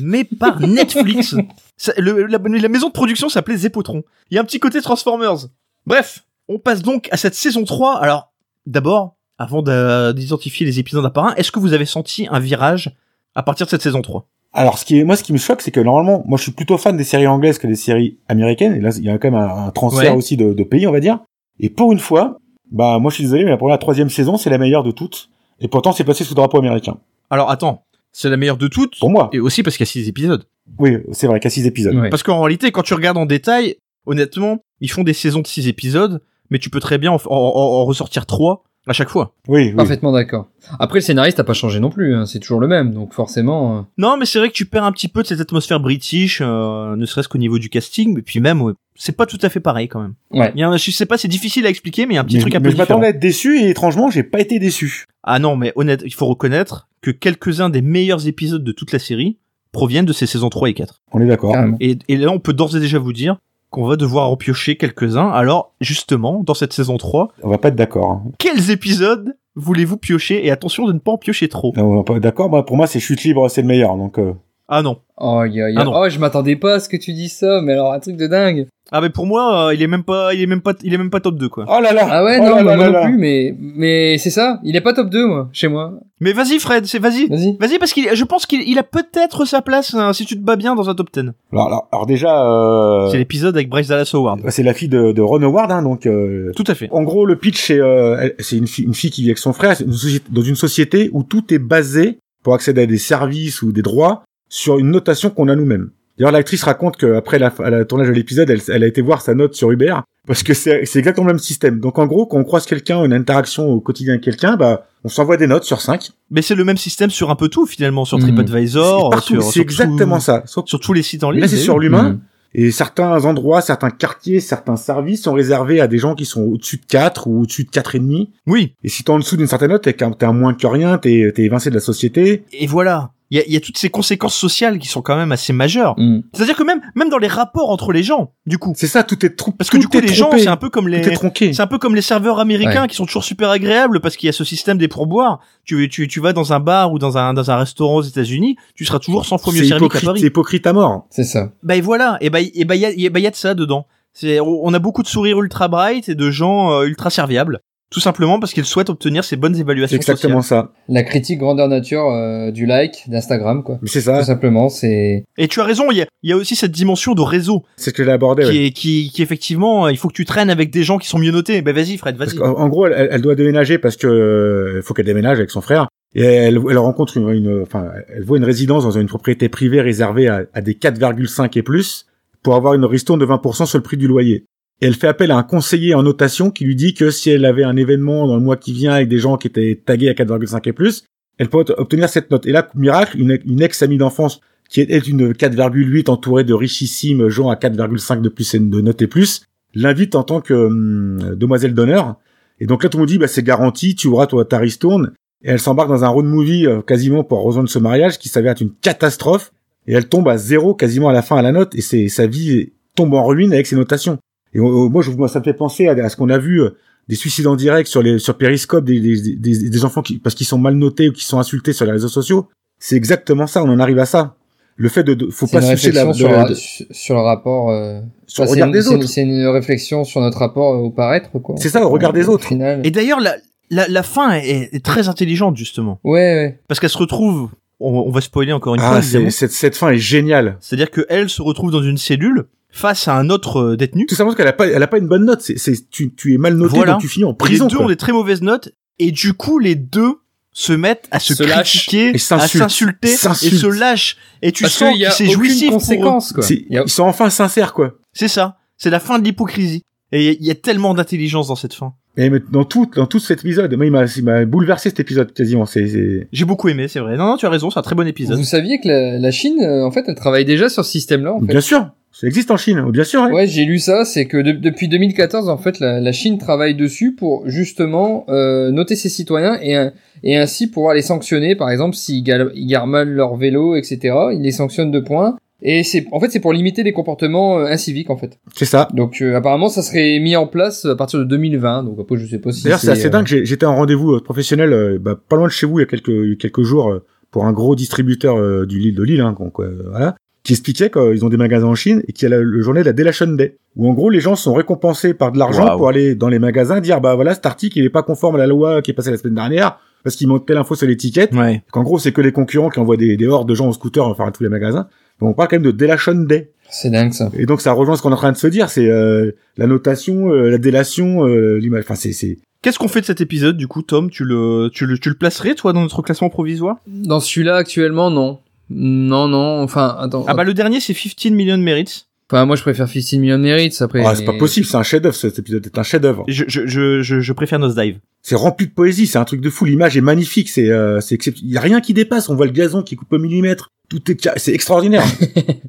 mais par Netflix. Ça- le- la, la maison de production s'appelait Zepotron. Il y a un petit côté Transformers. Bref, on passe donc à cette saison 3. Alors, d'abord, avant d'a- d'identifier les épisodes un par un, est-ce que vous avez senti un virage à partir de cette saison 3 Alors, ce qui est, moi, ce qui me choque, c'est que normalement, moi, je suis plutôt fan des séries anglaises que des séries américaines. Et là, il y a quand même un, un transfert Ouais. aussi de, de pays, on va dire. Et pour une fois, bah, moi, je suis désolé, mais pour la troisième saison, c'est la meilleure de toutes. Et pourtant, c'est passé sous drapeau américain. Alors attends, c'est la meilleure de toutes, Pour moi. et aussi parce qu'il y a 6 épisodes. Oui, c'est vrai, qu'à six épisodes. Ouais. Parce qu'en réalité, quand tu regardes en détail, honnêtement, ils font des saisons de 6 épisodes, mais tu peux très bien en, en- en- en ressortir 3 À chaque fois. Oui, oui. Parfaitement d'accord. Après, le scénariste n'a pas changé non plus, hein, c'est toujours le même, donc forcément. euh, Non, mais c'est vrai que tu perds un petit peu de cette atmosphère british, euh, ne serait-ce qu'au niveau du casting, mais puis même, ouais, c'est pas tout à fait pareil quand même. Ouais. Il y a un- je sais pas, c'est difficile à expliquer, mais il y a un petit mais, truc un mais peu je différent. m'attendais à être déçu et étrangement, j'ai pas été déçu. Ah non, mais honnête, il faut reconnaître que quelques-uns des meilleurs épisodes de toute la série proviennent de ces saisons 3 et 4. On est d'accord. Carrément. Et, et là, on peut d'ores et déjà vous dire qu'on va devoir en piocher quelques-uns. Alors, justement, dans cette saison 3, On va pas être d'accord. hein. quels épisodes voulez-vous piocher Et attention de ne pas en piocher trop. On va pas être d'accord. Moi, pour moi, c'est chute libre, c'est le meilleur. Donc, euh, Ah non. Oh, y a- y a- Ah non. oh, je m'attendais pas à ce que tu dis ça, mais alors un truc de dingue. Ah mais pour moi, euh, il est même pas, il est même pas, il est même pas top 2 quoi. oh là là. Ah ouais, oh non, là là moi là non là. plus, mais, mais c'est ça. Il est pas top 2, moi, chez moi. Mais vas-y Fred, c'est vas-y. Vas-y. Vas-y parce qu'il, je pense qu'il il a peut-être sa place hein, si tu te bats bien dans un top 10. Alors, alors- alors déjà, euh, bah, C'est l'épisode avec Bryce Dallas Howard. c'est la fille de, de Ron Howard, hein, donc. euh, Tout à fait. En gros, le pitch, c'est euh, elle- c'est une, fille- une fille qui vit avec son frère c'est une société- dans une société où tout est basé pour accéder à des services ou des droits sur une notation qu'on a nous-mêmes. D'ailleurs, l'actrice raconte qu'après la, à la tournage de l'épisode, elle, elle a été voir sa note sur Uber parce que c'est c'est exactement le même système. Donc, en gros, quand on croise quelqu'un, une interaction au quotidien avec quelqu'un, bah, on s'envoie des notes sur 5. Mais c'est le même système sur un peu tout finalement, sur Mhm. TripAdvisor, sur C'est sur exactement tout- ça. Sauf que Sur tous les sites en ligne. Là, c'est d'ailleurs. sur l'humain. Mhm. Et certains endroits, certains quartiers, certains services sont réservés à des gens qui sont au-dessus de 4 ou au-dessus de 4,5. Oui. Et si t'es en dessous d'une certaine note, t'es qu'un- t'es un moins que rien, t'es t'es évincé de la société. Et voilà. Il y a, il y a toutes ces conséquences sociales qui sont quand même assez majeures. Mm. C'est-à-dire que même, même dans les rapports entre les gens, du coup. C'est ça, tout est trop. Parce que du coup, les gens, c'est un peu comme les, Tout est tronqué. C'est un peu comme les serveurs américains qui sont toujours super agréables parce qu'il y a ce système des pourboires. Tu, tu, tu vas dans un bar ou dans un, dans un restaurant aux États-Unis, tu seras toujours 100 fois mieux C'est servi qu'à hypocrite, c'est Paris. hypocrite à mort. C'est ça. Bah et voilà, et bah il et bah, il y, a- et bah, il y a de ça dedans. C'est, on on a beaucoup de sourires ultra bright et de gens euh, ultra serviables, tout simplement parce qu'ils souhaitent obtenir ces bonnes C'est évaluations exactement sociales. ça. La critique grandeur nature euh, du like, d'Instagram, quoi. Mais c'est Tout ça. simplement, c'est. Et tu as raison, il y a, il y a aussi cette dimension de réseau C'est ce que j'ai abordé. qui, Eh ouais. est, qui, qui effectivement, euh, il faut que tu traînes avec des gens qui sont mieux notés. Bah vas-y Fred, Parce vas-y. qu'en- en gros, elle, elle doit déménager parce que euh, faut qu'elle déménage avec son frère. Et elle, elle rencontre une, une- enfin, elle voit une résidence dans une propriété privée réservée à, à des 4,5 et plus pour avoir une ristourne de 20% sur le prix du loyer. Et elle fait appel à un conseiller en notation qui lui dit que si elle avait un événement dans le mois qui vient avec des gens qui étaient tagués à 4,5 et plus, elle peut obt- obtenir cette note. Et là, miracle, une, une ex-amie d'enfance qui est- est une 4,8 entourée de richissimes gens à 4,5 de plus et de notes et plus, l'invite en tant que hum, demoiselle d'honneur et donc là, tout le monde dit, bah, c'est garanti, tu auras toi, ta ristourne. Et elle s'embarque dans un road movie euh, quasiment pour rejoindre ce mariage qui s'avère être une catastrophe. Et elle tombe à zéro quasiment à la fin à la note et c'est, sa vie tombe en ruine avec ses notations. Et euh, moi, je, moi, ça me fait penser à, à ce qu'on a vu euh, des suicides en direct sur les sur Periscope, des, des, des, des enfants qui parce qu'ils sont mal notés ou qui sont insultés sur les réseaux sociaux. C'est exactement ça, on en arrive à ça. Le fait de, de- faut c'est pas une se soucier de la, réflexion de sur, la- le- de- sur- sur le rapport. euh, sur le enfin, c'est regard une- des c'est une- autres. C'est une réflexion sur notre rapport euh, au paraître, quoi. C'est ça, au regard des Au autres. final. Et d'ailleurs, la, la, la fin est- est très intelligente justement. Ouais, ouais. parce qu'elle se retrouve, on, on va spoiler encore une fois, Ah, c'est- hein. évidemment. cette, cette fin est géniale. c'est-à-dire qu'elle se retrouve dans une cellule face à un autre euh, détenu. tout simplement parce qu'elle a pas, elle a pas une bonne note. C'est, c'est, tu, tu es mal noté, Voilà. donc tu finis Et en les prison. deux quoi. ont des très mauvaises notes, et du coup, les deux se mettent à se, Se lâchent. critiquer, Et à s'insultent. s'insulter, et S'insultent. se lâchent. Et tu Parce sens qu'il y que a c'est aucune jouissif pour eux. conséquence, quoi. C'est- Il y a- Ils sont enfin sincères, quoi. C'est ça. C'est la fin de l'hypocrisie. Et il y a tellement d'intelligence dans cette fin. Et mais dans tout, dans tout cet épisode, moi, il m'a, il m'a bouleversé cet épisode quasiment. C'est, c'est... J'ai beaucoup aimé, c'est vrai. Non, non, tu as raison, c'est un très bon épisode. Vous saviez que la, la Chine, euh, en fait, elle travaille déjà sur ce système-là, en fait. bien sûr, ça existe en Chine, bien sûr. ouais. Ouais, j'ai lu ça, c'est que de- depuis 2014, en fait, la, la Chine travaille dessus pour justement euh, noter ses citoyens et, un- et ainsi pouvoir les sanctionner. Par exemple, s'ils gal- ils garent mal leur vélo, etc., ils les sanctionnent de points. Et c'est en fait c'est pour limiter les comportements euh, inciviques en fait. C'est ça. Donc euh, apparemment ça serait mis en place à partir de 2020. Donc après je sais pas si D'ailleurs, c'est assez euh, dingue. j'ai- J'étais en rendez-vous euh, professionnel, euh, bah, pas loin de chez vous, il y a quelques, il y a quelques jours, euh, pour un gros distributeur euh, du Lille de Lille, hein, donc, euh, voilà, qui expliquait qu'ils ont des magasins en Chine et qu'il y a la, le journée de la Delation Day, où en gros les gens sont récompensés par de l'argent Waouh. pour aller dans les magasins dire bah voilà cet article il est pas conforme à la loi qui est passée la semaine dernière parce qu'il manque telle info sur l'étiquette. Ouais. Qu'en gros c'est que les concurrents qui envoient des, des hordes de gens au scooter enfin à tous les magasins. Donc on parle quand même de Delation Day. C'est dingue ça. Et donc ça rejoint ce qu'on est en train de se dire, c'est euh, la notation, euh, la délation, euh, l'image. Enfin c'est c'est Qu'est-ce qu'on fait de cet épisode, du coup, Tom? Tu le, tu le, tu le placerais, toi, dans notre classement provisoire? Dans celui-là actuellement non. Non non, enfin attends. Ah, Oh. bah Ah bah, le dernier, c'est 15 millions de mérites. Enfin, moi, je préfère 15 Million Merits après. Ah, c'est mais- pas possible, c'est un chef-d'œuvre, cet épisode est un chef-d'œuvre. Je, je, je, je, je préfère Nosedive. C'est rempli de poésie, c'est un truc de fou. L'image est magnifique, c'est euh, c'est exceptionnel. Il y a rien qui dépasse. On voit le gazon qui coupe au millimètre. Tout est, ca- c'est extraordinaire.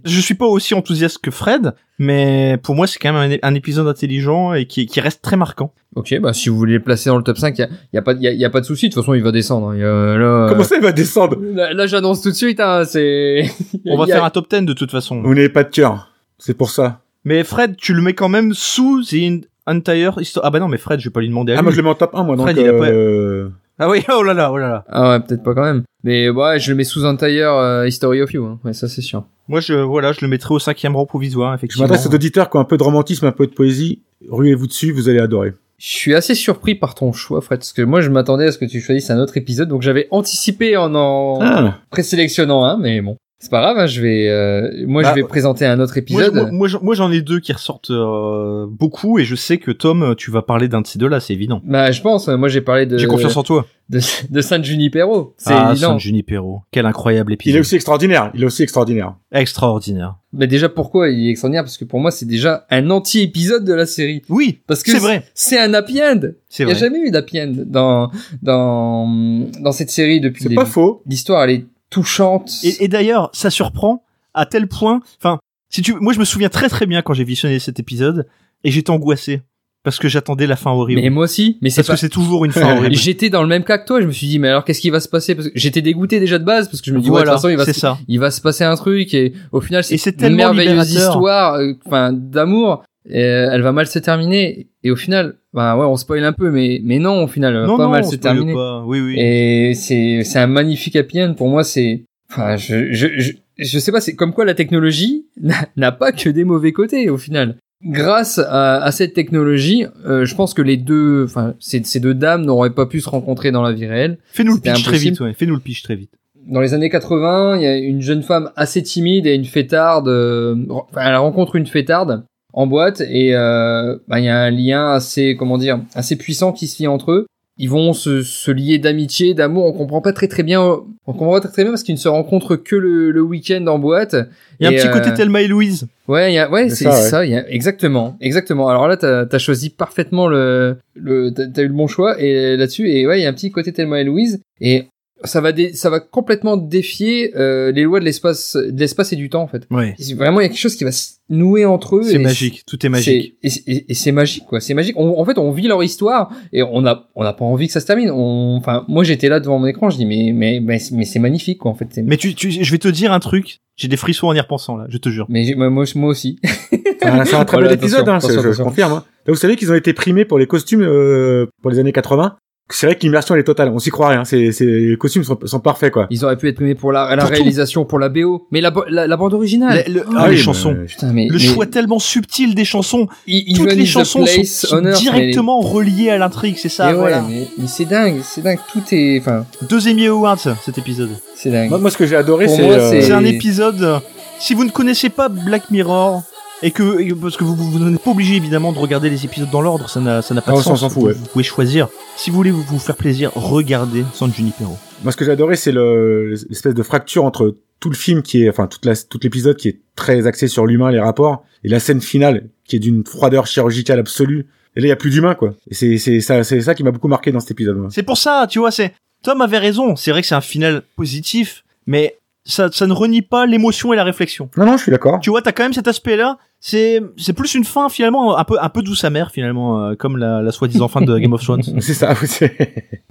Je suis pas aussi enthousiaste que Fred, mais pour moi c'est quand même un, é- un épisode intelligent et qui, qui reste très marquant. Ok, bah, si vous voulez le placer dans le top 5, il y a, y a pas, y a- y a pas de souci. De toute façon, il va descendre. hein. Y a- là, euh, Comment ça, il va descendre là, là, j'annonce tout de suite, hein, c'est... On va y a- faire un top 10 de toute façon. Vous n'avez pas de cœur. C'est pour ça. Mais Fred, tu le mets quand même sous The In- Entire History. Ah bah non, mais Fred, je vais pas lui demander à Ah, lui. moi, je le mets en top 1, moi, donc, Fred, il a pas- euh, Ah oui, oh là là, oh là là. Ah ouais, peut-être pas quand même. Mais ouais, je le mets sous un tailleur euh, History of You, hein. ouais, ça c'est sûr. Moi, je, voilà, je le mettrai au cinquième rang provisoire, je effectivement. m'adresse aux auditeurs qui ont un peu de romantisme, un peu de poésie. Ruez-vous dessus, vous allez adorer. Je suis assez surpris par ton choix, Fred, parce que moi je m'attendais à ce que tu choisisses un autre épisode, donc j'avais anticipé en en Ah. présélectionnant un, mais bon. C'est pas grave, hein, je vais, euh, moi Bah, je vais présenter un autre Moi, épisode. moi- moi, j'en- moi, j'en ai deux qui ressortent euh, beaucoup et je sais que Tom, tu vas parler d'un de ces deux-là, c'est évident. Bah, je pense, moi j'ai parlé Euh, de, J'ai confiance en toi. de, de San Junipero. C'est ah, évident. San Junipero, quel incroyable Il est épisode. aussi extraordinaire. Il est aussi extraordinaire. Extraordinaire. Mais déjà, pourquoi il est extraordinaire? Parce que pour moi, c'est déjà un anti-épisode de la série. Oui, Parce que c'est vrai, C'est un happy end. c'est Il n'y a vrai. jamais eu d'happy end dans, dans, dans cette série depuis le C'est début. pas faux. L'histoire, elle est touchante. Et, et d'ailleurs, ça surprend à tel point. Enfin, si tu, moi, je me souviens très très bien quand j'ai visionné cet épisode et j'étais angoissé parce que j'attendais la fin horrible. mais moi aussi. Mais c'est parce pas... que c'est toujours une fin horrible. J'étais dans le même cas que toi. Je me suis dit, mais alors qu'est-ce qui va se passer Parce que j'étais dégoûté déjà de base parce que je me dis, ouais, de Voilà, toute façon, il va, c'est se... ça. il va se passer un truc et au final, c'est c'est une tellement merveilleuse libérateur. histoire, euh, enfin, d'amour. Et, euh, elle va mal se terminer. Et au final, bah ouais, on spoil un peu, mais, mais non, au final, elle va Non, euh, pas non, mal on se spoil terminer. pas. Oui, oui. Et c'est c'est un magnifique happy end. Pour moi, c'est enfin je je je, je sais pas. C'est comme quoi la technologie n'a- n'a pas que des mauvais côtés au final. Grâce à, à cette technologie, euh, je pense que les deux, enfin ces, ces deux dames n'auraient pas pu se rencontrer dans la vie réelle. Fais-nous le c'était pitch très impossible. vite, ouais. Fais-nous le pitch très vite. Dans les années 80, il y a une jeune femme assez timide et une fêtarde. euh, enfin, elle rencontre une fêtarde en boîte et euh, bah, il y a un lien assez comment dire assez puissant qui se lie entre eux. Ils vont se, se lier d'amitié, d'amour. On comprend pas très très bien. On comprend pas très très bien parce qu'ils ne se rencontrent que le, le week-end en boîte. Il y a un Et, petit euh, côté Thelma et Louise. Ouais, il y a, ouais, C'est ça, c'est ouais. ça. il y a- exactement, exactement. Alors là, t'as as choisi parfaitement le, le t'as t'as eu le bon choix et là-dessus. Et ouais, il y a un petit côté Thelma et Louise et ça va dé- ça va complètement défier euh, les lois de l'espace, de l'espace et du temps en fait. Ouais. Et Vraiment, il y a quelque chose qui va se nouer entre eux. C'est et magique, tout est magique. c'est- Et, et- et c'est magique, quoi. C'est magique. On- en fait, on vit leur histoire et on a, on n'a pas envie que ça se termine. On- Enfin, moi, j'étais là devant mon écran, je dis mais, mais, mais, c'est- mais c'est magnifique, quoi. En fait, C'est- Mais tu, tu- je vais te dire un truc. J'ai des frissons en y repensant là, je te jure. mais j'ai- moi, moi aussi. Ah, c'est un très Voilà, bel épisode, attention, hein, c'est- attention, je attention. confirme. hein. Là, vous savez qu'ils ont été primés pour les costumes euh, pour les années 80. C'est vrai que l'immersion elle est totale. On s'y croirait. Hein. C'est, c'est- les costumes sont, sont parfaits quoi. Ils auraient pu être primés pour la, la Pour tout. réalisation, pour la BO, mais la, bo- la, la bande originale. Le- le- Oh, ah, les mais- chansons. putain, mais, Le mais choix tellement subtil des chansons. E- Toutes Even les is the chansons place, sont Honor, directement reliées à l'intrigue, c'est mais- ça. mais Eh ouais, voilà. mais, mais c'est dingue, c'est dingue. Tout est, enfin, Deux Emmy Awards ça, cet épisode. c'est dingue. Moi, moi, ce que j'ai adoré, Pour c'est, moi, euh, c'est- C'est un épisode. euh, Si vous ne connaissez pas Black Mirror et que et- parce que vous, vous- vous n'êtes pas obligé évidemment de regarder les épisodes dans l'ordre, ça n'a ça n'a pas Ah, de ça, on sens. s'en fout, ouais. Vous pouvez choisir. Si vous voulez vous, vous faire plaisir, regardez San Junipero. moi, ce que j'ai adoré, c'est le, l'espèce de fracture entre tout le film qui est, enfin, toute la, tout l'épisode qui est très axé sur l'humain, les rapports, et la scène finale qui est d'une froideur chirurgicale absolue. Et là, il y a plus d'humain quoi. Et c'est, c'est ça, c'est ça qui m'a beaucoup marqué dans cet épisode. moi. C'est pour ça, tu vois, c'est Tom avait raison. C'est vrai que c'est un final positif, mais ça, ça ne renie pas l'émotion et la réflexion. Non, non, je suis d'accord. Tu vois, t'as quand même cet aspect-là. C'est c'est plus une fin finalement un peu un peu douce amère finalement, euh, comme la, la soi-disant fin de Game of Thrones. C'est ça. oui, c'est-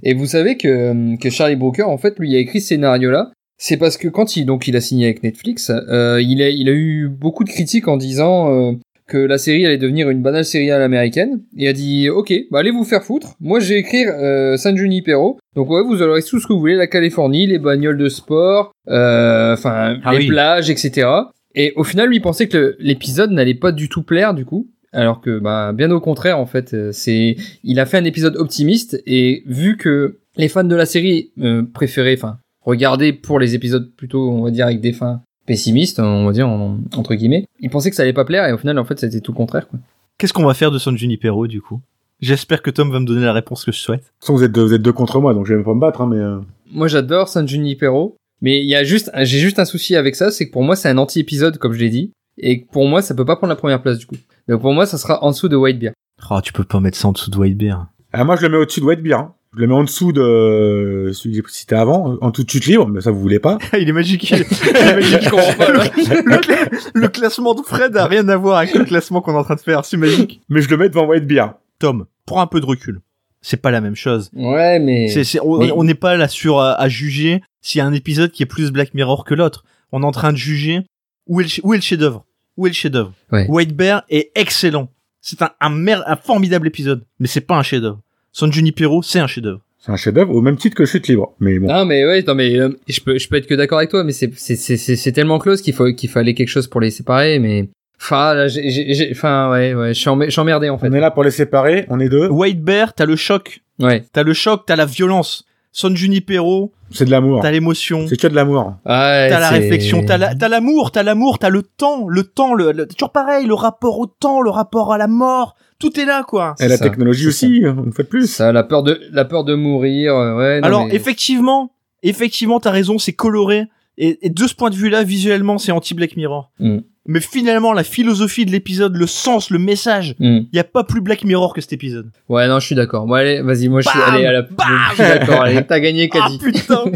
Et vous savez que, que Charlie Brooker, en fait, lui, a écrit ce scénario-là. C'est parce que quand il, donc, il a signé avec Netflix, euh, il, a, il a eu beaucoup de critiques en disant euh, que la série allait devenir une banale série à l'américaine. Et a dit, ok, bah, allez vous faire foutre. Moi, j'ai écrit euh, San Junipero. Donc, ouais, vous aurez tout ce que vous voulez, la Californie, les bagnoles de sport, euh, enfin, Ah les oui. plages, etc. Et au final, lui il pensait que le- l'épisode n'allait pas du tout plaire, du coup. Alors que, bah, bien au contraire, en fait, euh, c'est il a fait un épisode optimiste et vu que les fans de la série euh, préféraient, enfin, regarder pour les épisodes plutôt, on va dire, avec des fins pessimistes, hein, on va dire, en- entre guillemets, ils pensaient que ça allait pas plaire et au final, en fait, c'était tout le contraire, quoi. Qu'est-ce qu'on va faire de San Junipero du coup J'espère que Tom va me donner la réponse que je souhaite. De toute façon, vous êtes deux, vous êtes deux contre moi, donc je vais même pas me battre, hein, mais. euh, Moi, j'adore San Junipero, mais il y a juste, j'ai juste un souci avec ça, c'est que pour moi, c'est un anti-épisode, comme je l'ai dit. Et pour moi, ça peut pas prendre la première place du coup. Donc pour moi, ça sera en dessous de White Bear. Oh, tu peux pas mettre ça en dessous de White Bear. Ah, moi, je le mets au-dessus de White Beer. hein. Je le mets en dessous de euh, celui que j'ai cité avant, en tout de chute libre, mais ça vous voulez pas. Il est magique. Je comprends pas, là. le, cla- le classement de Fred a rien à voir avec le classement qu'on est en train de faire. C'est magique. Mais je le mets devant White Beer. Tom, prends un peu de recul. C'est pas la même chose. Ouais, mais C'est- c'est- on mais- on n'est pas là sur euh, à, à juger s'il y a un épisode qui est plus Black Mirror que l'autre. On est en train de juger où est le, ch- où est le chef-d'œuvre. Où est le chef-d'œuvre Ouais. White Bear est excellent. C'est un, un, mer- un formidable épisode, mais c'est pas un chef-d'œuvre. San Junipero, c'est un chef-d'œuvre. C'est un chef-d'œuvre au même titre que chute libre. Mais Ah, bon. Non mais ouais, non mais euh, je peux je peux être que d'accord avec toi, mais c'est c'est c'est c'est c'est tellement close qu'il faut qu'il fallait quelque chose pour les séparer, mais enfin là j'ai j'ai j'ai- enfin ouais ouais je suis emmerdé, je suis emmerdé en fait. On est là pour les séparer, on est deux. White Bear, t'as le choc, Ouais. t'as le choc, t'as la violence. San Junipero, C'est de l'amour. t'as l'émotion. C'est que de l'amour. Ouais, T'as la c'est- réflexion, t'as la- t'as l'amour, t'as l'amour, t'as le temps, le temps, le, le- toujours pareil, le rapport au temps, le rapport à la mort, tout est là quoi. Et la ça, technologie c'est aussi, hein, une fois de plus. ça la peur de la peur de mourir euh, ouais. non, Alors mais- effectivement, effectivement, t'as raison, c'est coloré et, et de ce point de vue-là, visuellement, c'est anti Black Mirror. Mm. Mais finalement, la philosophie de l'épisode, le sens, le message, Hmm. y a pas plus Black Mirror que cet épisode. Ouais, non, je suis d'accord. Moi, allez, vas-y, moi, je suis, Bam allez, à la, je suis d'accord, allez, t'as gagné, Ah Caddy. putain Eh, eh, tu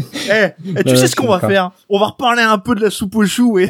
sais Ouais, je ce suis qu'on va d'accord. faire On va reparler un peu de la soupe aux choux et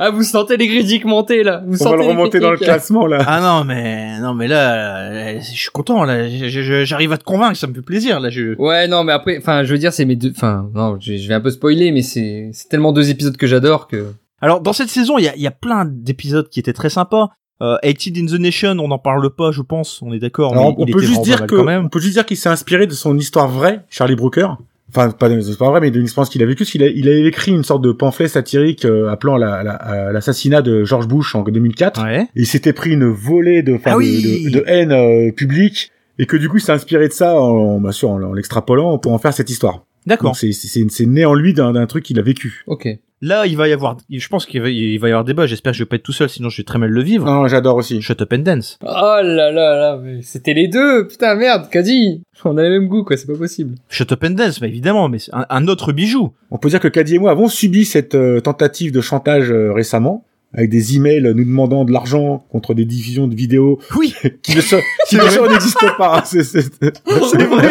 Ah, vous sentez les critiques monter, là. Vous On sentez va le les remonter dans le critiques. classement, là. Ah non mais non mais là euh, je suis content là je- je- j'arrive à te convaincre ça me fait plaisir là je Ouais, non, mais après, enfin, je veux dire, c'est mes deux, enfin, non, je, je vais un peu spoiler, mais c'est, c'est tellement deux épisodes que j'adore que. Alors dans cette saison, il y a, il y a plein d'épisodes qui étaient très sympas. Euh, 18 in the Nation, on n'en parle pas, je pense, on est d'accord. Ah, Alors, mais on, il peut était juste vraiment pas dire mal que, quand même. on peut juste dire qu'il s'est inspiré de son histoire vraie, Charlie Brooker. Enfin, pas de- c'est pas vrai, mais d'une expérience qu'il a vécue. parce qu'il a- Il avait écrit une sorte de pamphlet satirique euh, appelant la- la- à l'assassinat de George Bush en 2004. Ouais. Et il s'était pris une volée de, enfin, Ah de- oui de, de haine euh, publique. Et que du coup, il s'est inspiré de ça, en, bien sûr, en, en l'extrapolant pour en faire cette histoire. D'accord. Donc, c'est- c'est c'est- c'est né en lui d'un d'un truc qu'il a vécu. Ok. Là, il va y avoir, je pense qu'il va, il va y avoir débat. J'espère que je vais pas être tout seul, sinon je vais très mal le vivre. Non, j'adore aussi. Shut up and dance. Oh là là là, mais c'était les deux, putain, merde, Caddy. On a le même goût, quoi, c'est pas possible. Shut up and dance, bah, évidemment, mais c'est un, un autre bijou. On peut dire que Caddy et moi avons subi cette euh, tentative de chantage euh, récemment, avec des emails nous demandant de l'argent contre des diffusions de vidéos Oui, qui ne sont, qui bien sûr n'existent pas. hein. C'est- c'est- c'est vrai.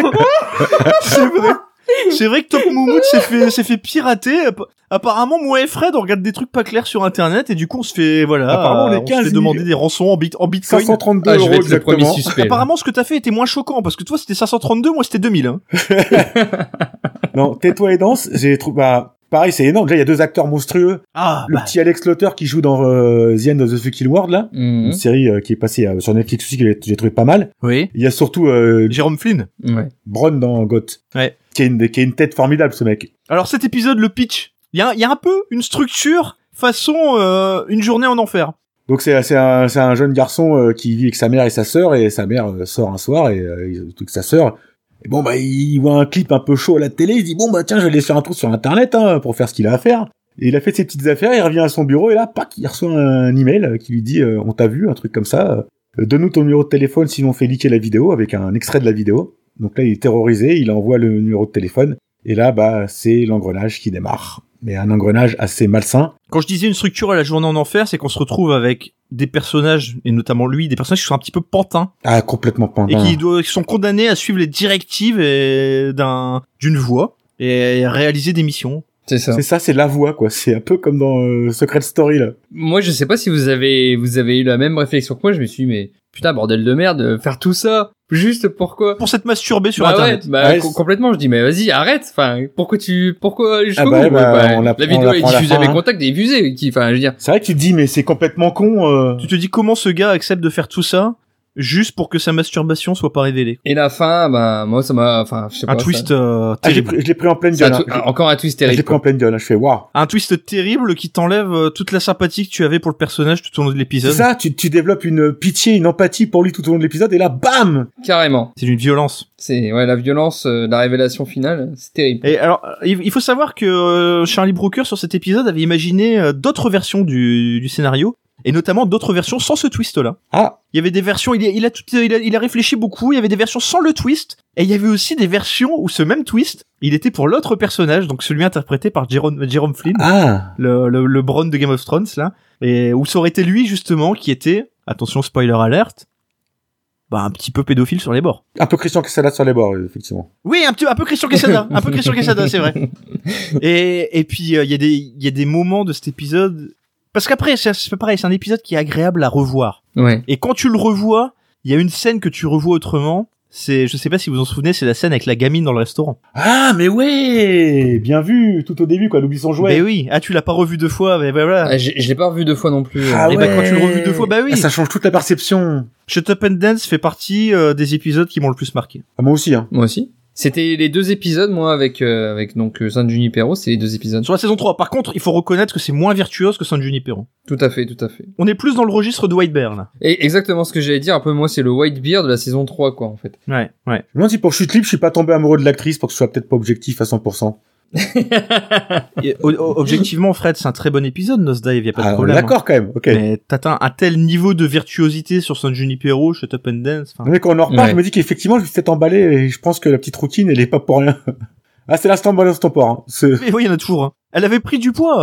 c'est vrai. C'est vrai que Top Moumout s'est fait, s'est fait pirater. App- Apparemment, moi et Fred, on regarde des trucs pas clairs sur Internet et du coup, on se fait, voilà, Apparemment, on est se fait 15 000. demander des rançons en, bit, en bitcoin. 532 Ah, je euros vais être le premier exactement. suspect. là. Apparemment, ce que t'as fait était moins choquant parce que toi, c'était 532, moi, c'était 2000. Hein. Non, tais-toi et danse. J'ai trouvé. Bah, pareil, c'est énorme. Déjà, il y a deux acteurs monstrueux. Ah, Le petit Alex Lothar qui joue dans euh, The End of the Fucking World là, Mhm. Hmm. une série euh, qui est passée euh, sur Netflix aussi que j'ai- j'ai trouvé pas mal. oui. Il y a surtout euh, Jérôme Flynn. Ouais. Bron dans Goth. Ouais. Qui a, une, qui a une tête formidable ce mec. Alors cet épisode, le pitch, il y a, il y a un peu une structure façon euh, une journée en enfer. Donc c'est c'est un, c'est un jeune garçon euh, qui vit avec sa mère et sa sœur et sa mère euh, sort un soir et euh, il- avec sa sœur. Et bon bah il voit un clip un peu chaud à la télé, il dit bon bah tiens je vais aller faire un tour sur internet hein, pour faire ce qu'il a à faire. Et il a fait ses petites affaires, il revient à son bureau et là pac il reçoit un email euh, qui lui dit euh, on t'a vu un truc comme ça, euh, donne-nous ton numéro de téléphone sinon on fait liquer la vidéo avec un extrait de la vidéo. Donc là il est terrorisé, il envoie le numéro de téléphone et là bah c'est l'engrenage qui démarre. Mais un engrenage assez malsain. Quand je disais une structure à la journée en enfer, c'est qu'on se retrouve avec des personnages, et notamment lui, des personnages qui sont un petit peu pantins, Ah complètement pendant. et qui, doivent- qui sont condamnés à suivre les directives et d'un d'une voix, et à réaliser des missions. C'est ça. C'est ça, c'est la voix, quoi. C'est un peu comme dans euh, Secret Story, là. Moi, je sais pas si vous avez, vous avez eu la même réflexion que moi. Je me suis dit, mais putain, bordel de merde, euh, faire tout ça, juste pourquoi Pour s'être masturbé sur Bah Internet. ouais, bah, Ouais, co- c'est- complètement. Je dis, mais vas-y, arrête. Enfin, pourquoi tu, pourquoi jusqu'au Ah bah, bout, bah, ouais, on la- la on vidéo la est prend à la diffusée fin, avec hein. contact des visées, qui, enfin, je veux dire, C'est vrai que tu te dis, mais c'est complètement con. euh. Tu te dis comment ce gars accepte de faire tout ça juste pour que sa masturbation soit pas révélée. Et la fin, ben moi ça m'a, enfin je sais Un pas. twist euh, Ah, j'ai terrible. pris- je l'ai pris en pleine ça- gueule. ça- hein. un twi- un- encore un twist Je l'ai terrible. pris en quoi. pleine gueule. hein. Je fais, waouh. un twist terrible qui t'enlève euh, toute la sympathie que tu avais pour le personnage tout au long de C'est l'épisode. ça, tu, tu développes une pitié, une empathie pour lui tout au long de l'épisode, et là, bam Carrément. C'est d'une violence. C'est ouais la violence, euh, la révélation finale, c'est terrible. Et alors, euh, il il faut savoir que euh, Charlie Brooker sur cet épisode avait imaginé euh, d'autres versions du, du scénario et notamment d'autres versions sans ce twist-là. Ah. Il y avait des versions, il a, il a tout, il a, il a réfléchi beaucoup, il y avait des versions sans le twist, et il y avait aussi des versions où ce même twist, il était pour l'autre personnage, donc celui interprété par Jérôme, Jérôme Flynn, Ah. le, le, le Bronn de Game of Thrones, là, et où ça aurait été lui, justement, qui était, attention, spoiler alerte, bah, un petit peu pédophile sur les bords. Un peu Christian Quesada sur les bords, euh, effectivement. Oui, un petit, un peu Christian Quesada, un peu Christian Quesada, c'est vrai. Et, et puis euh, il y a des, il y a des moments de cet épisode parce qu'après c'est c'est pareil, c'est un épisode qui est agréable à revoir. Ouais. Et quand tu le revois, il y a une scène que tu revois autrement. C'est, je sais pas si vous en souvenez, c'est la scène avec la gamine dans le restaurant. Ah, mais ouais Bien vu, tout au début, quoi, l'oublie son jouet. Mais oui, ah tu l'as pas revu deux fois, mais voilà. Ah, j'ai- je l'ai pas revu deux fois non plus. Ah euh. Et ouais. bah, quand tu le revis deux fois, bah oui. Ah, ça change toute la perception. Shut Up and Dance fait partie euh, des épisodes qui m'ont le plus marqué. Ah, moi aussi, hein. Moi aussi. C'était les deux épisodes, moi, avec, euh, avec donc euh, San Junipero, c'est les deux épisodes. Sur la saison 3, par contre, il faut reconnaître que c'est moins virtuose que San Junipero. Tout à fait, tout à fait. On est plus dans le registre de White Bear, là. Et exactement ce que j'allais dire, un peu moi, c'est le White Beard de la saison 3, quoi, en fait. Ouais, ouais. Je me demande si pour Chute Libre, je suis pas tombé amoureux de l'actrice pour que ce soit peut-être pas objectif à 100%. Et, o- o- objectivement, Fred, c'est un très bon épisode, Nos Dive, y a pas de Ah, problème. hein. d'accord, quand même, ok. Mais t'atteins un tel niveau de virtuosité sur San Junipero, Shut Up and Dance. enfin, Mais quand on en reparle, Ouais. je me dis qu'effectivement, je vais peut-être emballer et je pense que la petite rouquine, elle est pas pour rien. ah, c'est l'instant bon, l'instant pas. Hein. C'est- Mais oui, il y en a toujours. un. Elle avait pris du poids,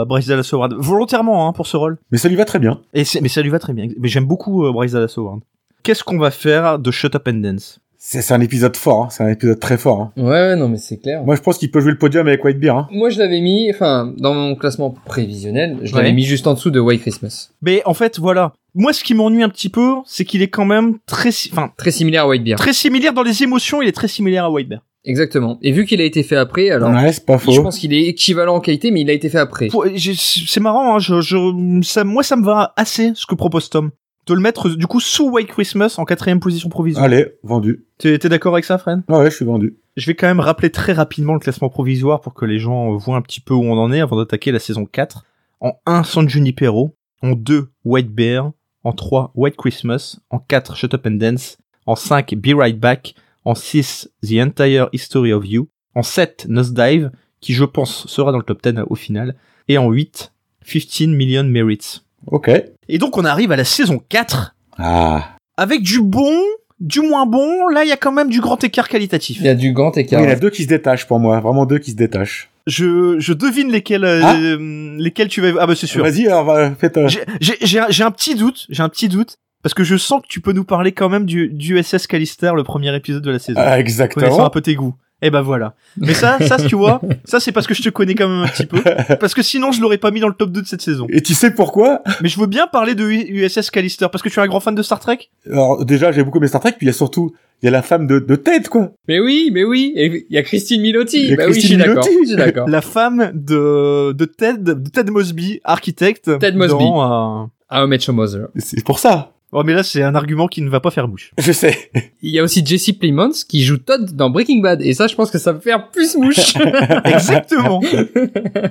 euh, Bryce Dallas Howard, volontairement hein, pour ce rôle. Mais ça lui va très bien. Et c'est- mais ça lui va très bien. Mais j'aime beaucoup euh, Bryce Dallas Howard. Qu'est-ce qu'on va faire de Shut Up and Dance C'est c'est un épisode fort, hein. c'est un épisode très fort. hein. Ouais, ouais, non, mais c'est clair. Moi, je pense qu'il peut jouer le podium avec White Beer. Hein. Moi, je l'avais mis, enfin, dans mon classement prévisionnel, je l'avais Ouais. mis juste en dessous de White Christmas. Mais en fait, voilà. Moi, ce qui m'ennuie un petit peu, c'est qu'il est quand même très, si- enfin, Très similaire à White Beard. très similaire dans les émotions. Il est très similaire à White Bear. Exactement. Et vu qu'il a été fait après, alors, ouais, c'est pas faux. je pense qu'il est équivalent en qualité, mais il a été fait après. Pour- j'ai- C'est marrant, hein, je, je- ça, moi ça me va assez ce que propose Tom. De le mettre du coup sous White Christmas en quatrième position provisoire. Allez, vendu. T'es t'es d'accord avec ça, Fred Ah ouais, je suis vendu. Je vais quand même rappeler très rapidement le classement provisoire pour que les gens euh, voient un petit peu où on en est avant d'attaquer la saison 4. En 1, San Junipero. En 2, White Bear. En 3, White Christmas. En 4, Shut Up and Dance. En 5, Be Right Back. En 6, The Entire History of You. En 7, Nosedive, qui je pense sera dans le top 10 au final. Et en 8, 15 Million Merits. Ok. Et donc on arrive à la saison 4 Ah. avec du bon, du moins bon. Là, il y a quand même du grand écart qualitatif. Il y a du grand Oui, écart. il y en a deux qui se détachent pour moi, vraiment deux qui se détachent. Je, je devine lesquels, euh, Ah. euh, lesquels tu vas. Ah bah c'est sûr. Vas-y, alors va- faites. euh, J'ai- J'ai j'ai un, j'ai un petit doute. J'ai un petit doute parce que je sens que tu peux nous parler quand même du, du SS Callister, le premier épisode de la saison. Connaissant Ah, un exactement. peu tes goûts. Eh ben voilà. Mais ça, ça tu vois, ça c'est parce que je te connais quand même un petit peu. Parce que sinon je l'aurais pas mis dans le top 2 de cette saison. Et tu sais pourquoi Mais je veux bien parler de U- USS Callister parce que tu es un grand fan de Star Trek. Alors déjà, j'ai beaucoup aimé Star Trek, puis il y a surtout, il y a la femme de, de tête, quoi. Mais oui, mais oui. Et il y a Christine Il y Milotti. a Bah Christine oui, je suis d'accord. Milotti. Je suis d'accord. La femme de, de Ted, de Ted Mosby, architecte. Ted Mosby. dans, euh, Ah, Match Mother. C'est pour ça. Oh mais là c'est un argument qui ne va pas faire bouche. Je sais. Il y a aussi Jesse Plemons qui joue Todd dans Breaking Bad. Et ça, je pense que ça va faire plus mouche. Exactement.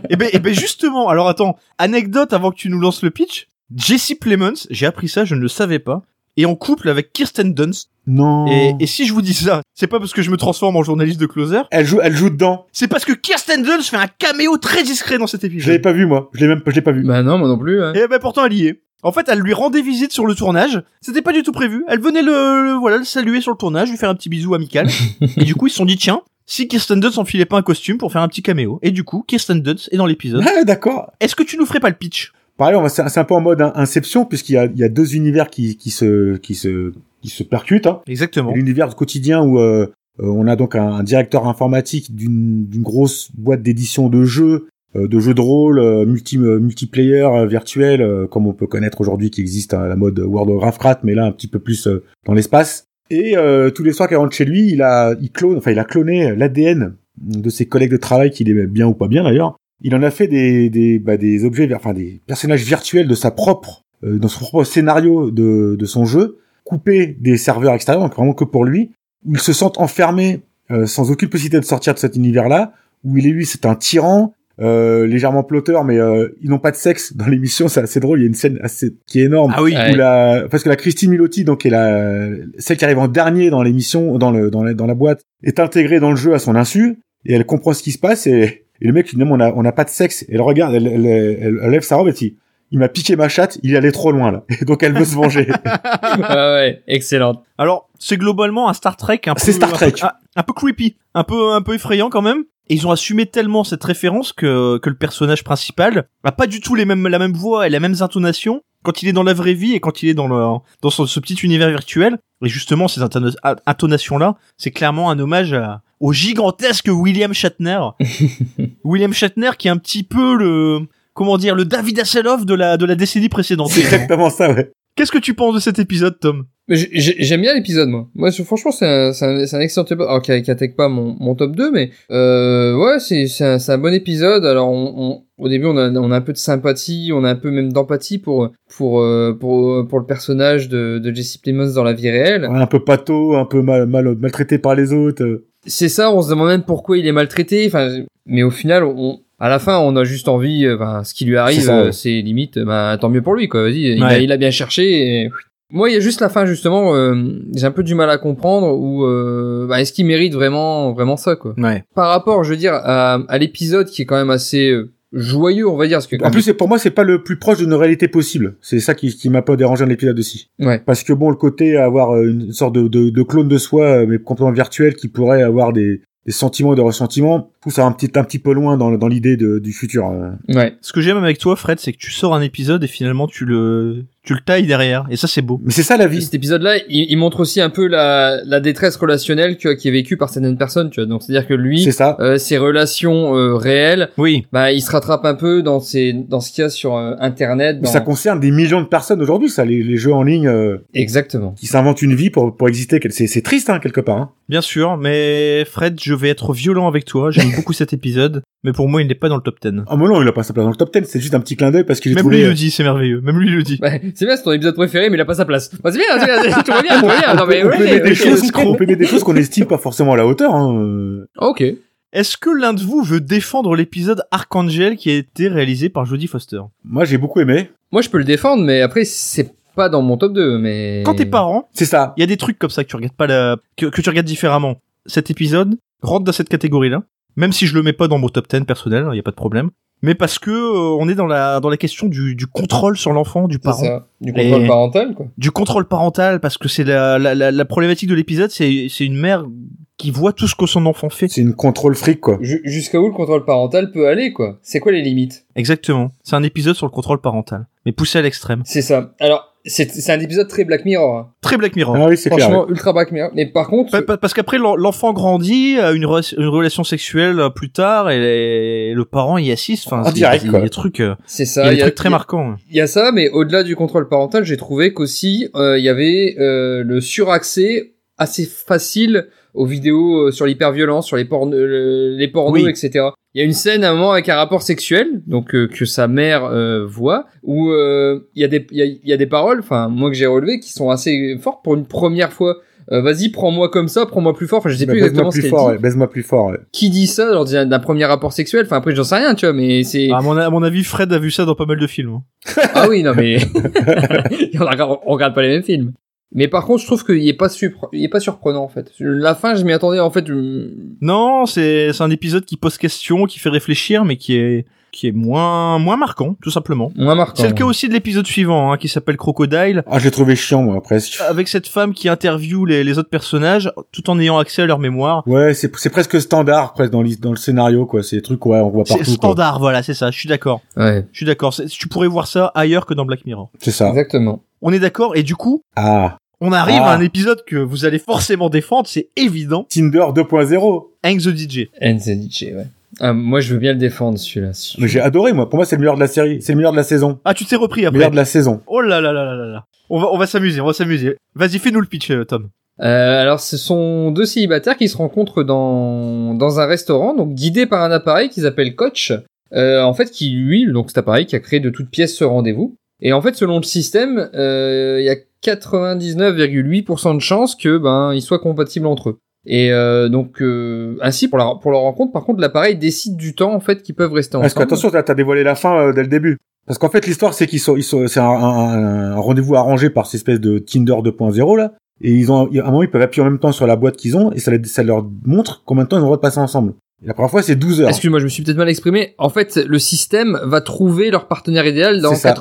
et ben, et ben justement, alors attends, anecdote avant que tu nous lances le pitch. Jesse Plemons, j'ai appris ça, je ne le savais pas, est en couple avec Kirsten Dunst. Non. Et, et si je vous dis ça, c'est pas parce que je me transforme en journaliste de closer, Elle joue, elle joue dedans. c'est parce que Kirsten Dunst fait un caméo très discret dans cet Je l'avais épisode. pas vu moi. Je l'ai même, je l'ai pas vu. bah non, moi non plus. hein. Et ben pourtant elle y est. En fait, elle lui rendait visite sur le tournage. C'était pas du tout prévu. Elle venait le, le- voilà, le saluer sur le tournage, lui faire un petit bisou amical. et du coup, ils se sont dit tiens, si Kirsten Dunst enfilait pas un costume pour faire un petit caméo. Et du coup, Kirsten Dunst est dans l'épisode. Ah, d'accord. Est-ce que tu nous ferais pas le pitch Pareil, on va- c'est c'est un peu en mode in- Inception puisqu'il y a, il y a deux univers qui, qui se, qui se, qui se percutent. Hein. Exactement. Et L'univers du quotidien où euh, euh, on a donc un, un directeur informatique d'une d'une grosse boîte d'édition de jeux, euh, de jeux de rôle, euh, multi, euh, multiplayer, euh, virtuel, euh, comme on peut connaître aujourd'hui qui existe à la mode World of Warcraft, mais là un petit peu plus euh, dans l'espace. Et euh, tous les soirs qu'il rentre chez lui, il a, il clone, enfin il a cloné l'ADN de ses collègues de travail, qu'il aimait bien ou pas bien d'ailleurs. Il en a fait des, des, bah, des objets, enfin des personnages virtuels de sa propre, euh, dans son propre scénario de, de son jeu coupé des serveurs extérieurs, donc vraiment que pour lui, où il se sent enfermé euh, sans aucune possibilité de sortir de cet univers-là, où il est lui, c'est un tyran, euh, légèrement ploteur, mais euh, ils n'ont pas de sexe dans l'émission, c'est assez drôle, il y a une scène assez, qui est énorme. Ah oui. Ouais. Où la, parce que la Christine Milotti, donc est la, celle qui arrive en dernier dans l'émission, dans le, dans la, dans la boîte, est intégrée dans le jeu à son insu et elle comprend ce qui se passe et, et le mec lui dit non, mais on a, on n'a pas de sexe. Et elle regarde, elle, elle, elle- elle lève sa robe et dit il m'a piqué ma chatte, il allait trop loin là. Et donc elle veut se venger. Ah ouais, excellente. Alors, c'est globalement un Star Trek un peu, C'est Star un peu- Trek. Un, un peu creepy, un peu un peu effrayant quand même. Et ils ont assumé tellement cette référence que que le personnage principal a pas du tout les mêmes la même voix et les mêmes intonations quand il est dans la vraie vie et quand il est dans le dans son- ce petit univers virtuel. Et justement, ces intonations là, c'est clairement un hommage à- au gigantesque William Shatner. William Shatner qui est un petit peu le comment dire le David Hasselhoff de la de la décennie précédente. C'est exactement ça, ouais. Qu'est-ce que tu penses de cet épisode, Tom Mais j'ai- j'ai- J'aime bien l'épisode, moi. Moi, je- franchement, c'est un, c'est un, c'est un excellent épisode. Alors, qui attaque pas mon, mon top 2, mais euh, ouais, c'est c'est un, c'est un bon épisode. Alors, on, on- au début, on a, on a un peu de sympathie, on a un peu même d'empathie pour, pour, euh, pour, pour le personnage de, de Jesse Plemons dans la vie réelle. Un peu pâteau, un peu mal, mal- maltraité par les autres. euh. C'est ça, on se demande même pourquoi il est maltraité. Enfin, mais au final, on, à la fin, on a juste envie. euh, Enfin, ce qui lui C'est arrive, ça, ouais. euh, c'est limite. euh, Ben, tant mieux pour lui, quoi. Vas-y, il, a- Ouais. il a bien cherché. et- Moi, il y a juste la fin, justement. euh, J'ai un peu du mal à comprendre où. euh, ben, Est-ce qu'il mérite vraiment, vraiment ça, quoi Ouais. Par rapport, je veux dire, à, à l'épisode qui est quand même assez euh, joyeux, on va dire, parce que. En plus, c'est- pour moi, c'est pas le plus proche d'une réalité possible. C'est ça qui, qui m'a pas dérangé dans l'épisode aussi. Ouais. Parce que bon, le côté avoir euh, une sorte de, de- de clone de soi, euh, mais complètement virtuel, qui pourrait avoir des, des sentiments et des ressentiments, je trouve ça un petit, un petit peu loin dans, le- dans l'idée de- du futur. euh. Ouais. Ce que j'aime avec toi, Fred, c'est que tu sors un épisode et finalement tu le, tu le tailles derrière. Et ça, c'est beau. Mais c'est ça la vie. Cet épisode-là, il, il montre aussi un peu la, la détresse relationnelle tu vois, qui est vécue par certaines personnes, tu vois. Donc, c'est-à-dire que lui, C'est ça. euh, ses relations euh, réelles, Oui. bah, il se rattrape un peu dans ses, dans ce qu'il y a sur euh, Internet. Mais Dans... Ça concerne des millions de personnes aujourd'hui, ça, les, les jeux en ligne euh, Exactement. qui s'inventent une vie pour, pour exister. quel- C'est c'est triste, hein, quelque part. hein. Bien sûr, mais Fred, je vais être violent avec toi. J'aime beaucoup cet épisode, mais pour moi, il n'est pas dans le top 10. Ah, mais non, il a pas sa place dans le top 10, c'est juste un petit clin d'œil parce qu'il est Même trouvé. euh, lui le dit, c'est merveilleux. Même lui le dit. Bah, c'est bien, c'est ton épisode préféré, mais il a pas sa place. Bah, c'est bien, c'est bien, c'est- tout va bien, tout va bien. Non, mais on, peut Eh ouais, mettre des ok, choses, ok. on peut mettre des choses qu'on estime pas forcément à la hauteur. Hein. euh. Ok. Est-ce que l'un de vous veut défendre l'épisode Archangel qui a été réalisé par Jodie Foster Moi, j'ai beaucoup aimé. Moi, je peux le défendre, mais après, c'est pas dans mon top 2, mais. Quand t'es parent, C'est ça. il y a des trucs comme ça que tu regardes pas la, que, que tu regardes différemment. Cet épisode rentre dans cette catégorie-là. Même si je le mets pas dans mon top 10 personnel, il y a pas de problème. Mais parce que euh, on est dans la dans la question du, du contrôle sur l'enfant, du C'est parent. ça. Du contrôle Et- parental, quoi. du contrôle parental parce que c'est la, la, la, la problématique de l'épisode c'est c'est une mère qui voit tout ce que son enfant fait C'est une contrôle fric, quoi. Ju- Jusqu'à où le contrôle parental peut aller, quoi. C'est quoi les limites exactement c'est un épisode sur le contrôle parental mais poussé à l'extrême C'est ça. Alors, c'est c'est un épisode très Black Mirror. hein. très Black Mirror Ah oui, c'est clair. Franchement, ouais. ultra Black Mirror. Mais par contre. Pa- pa- Parce qu'après l'en- l'enfant grandit, a une, re- une relation sexuelle euh, plus tard, et les- le parent y assiste. Enfin, En c'est- direct, il y a quoi. des trucs, euh, C'est il y ça. a il des y a- trucs très il y a- marquants. Il y a ça, mais au-delà du contrôle parental, j'ai trouvé qu'aussi euh, il y avait euh, le suraccès assez facile aux vidéos euh, sur l'hyperviolence, sur les, porno- le- les pornos, Oui. etc. Il y a une scène à un moment avec un rapport sexuel, donc euh, que sa mère euh, voit, où euh, il y a des il y a, il y a des paroles, enfin moi que j'ai relevé, qui sont assez fortes pour une première fois. Euh, Vas-y, prends-moi comme ça, prends-moi plus fort. Enfin, je sais Bah, plus Baise-moi exactement ce plus qu'elle fort, dit. ouais, baise-moi plus fort. ouais. Qui dit ça lors d'un d'un premier rapport sexuel Enfin, après, j'en sais rien, tu vois, mais c'est. Ah, À mon, à mon avis, Fred a vu ça dans pas mal de films. hein. Ah oui, non mais on, regarde, on regarde pas les mêmes films. Mais par contre, je trouve qu'il est pas surpre- il est pas surprenant en fait. La fin, je m'y attendais en fait. je- Non, c'est c'est un épisode qui pose question, qui fait réfléchir, mais qui est qui est moins moins marquant, tout simplement. Moins marquant. C'est le cas aussi de l'épisode suivant, hein, qui s'appelle Crocodile, Ah, j'ai trouvé chiant, moi, presque. Euh. avec cette femme qui interviewe les, les autres personnages, tout en ayant accès à leur mémoire. Ouais, c'est c'est presque standard, presque, dans, l'hi- dans le scénario, quoi. C'est des trucs, ouais, on voit C'est partout. quoi. standard, voilà, c'est ça, je suis d'accord. Ouais, Je suis d'accord, c'est- tu pourrais voir ça ailleurs que dans Black Mirror. C'est ça. exactement. On est d'accord, et du coup, Ah, on arrive Ah. à un épisode que vous allez forcément défendre, c'est évident, Tinder 2.0. Hang the DJ. NZJ, ouais. Ah, moi, je veux bien le défendre celui-là. si- Mais j'ai adoré, moi. Pour moi, c'est le meilleur de la série. C'est le meilleur de la saison. Ah, tu t'es repris Le après. meilleur de la saison. Oh là là là là là là. On va, on va s'amuser, on va s'amuser. Vas-y, fais-nous le pitch, euh, Tom. Euh, alors, ce sont deux célibataires qui se rencontrent dans, dans un restaurant, donc guidés par un appareil qu'ils appellent Coach. Euh, en fait, qui lui, donc cet appareil qui a créé de toutes pièces ce rendez-vous. Et en fait, selon le système, euh, il y a 99,8% de chances que ben ils soient compatibles entre eux. Et euh, donc euh, ainsi pour la pour leur rencontre, par contre, l'appareil décide du temps en fait qu'ils peuvent rester ensemble. Parce que, attention, t'as t'as dévoilé la fin euh, dès le début. Parce qu'en fait, l'histoire, c'est qu'ils sont, ils sont, c'est un, un- un rendez-vous arrangé par cette espèce de Tinder 2.0, là. Et ils ont, à un moment, ils peuvent appuyer en même temps sur la boîte qu'ils ont, et ça, les- ça leur montre combien de temps ils ont le droit de passer ensemble. Et la première fois, c'est 12 heures. Excuse-moi, je me suis peut-être mal exprimé. En fait, le système va trouver leur partenaire idéal dans euh, C'est ça.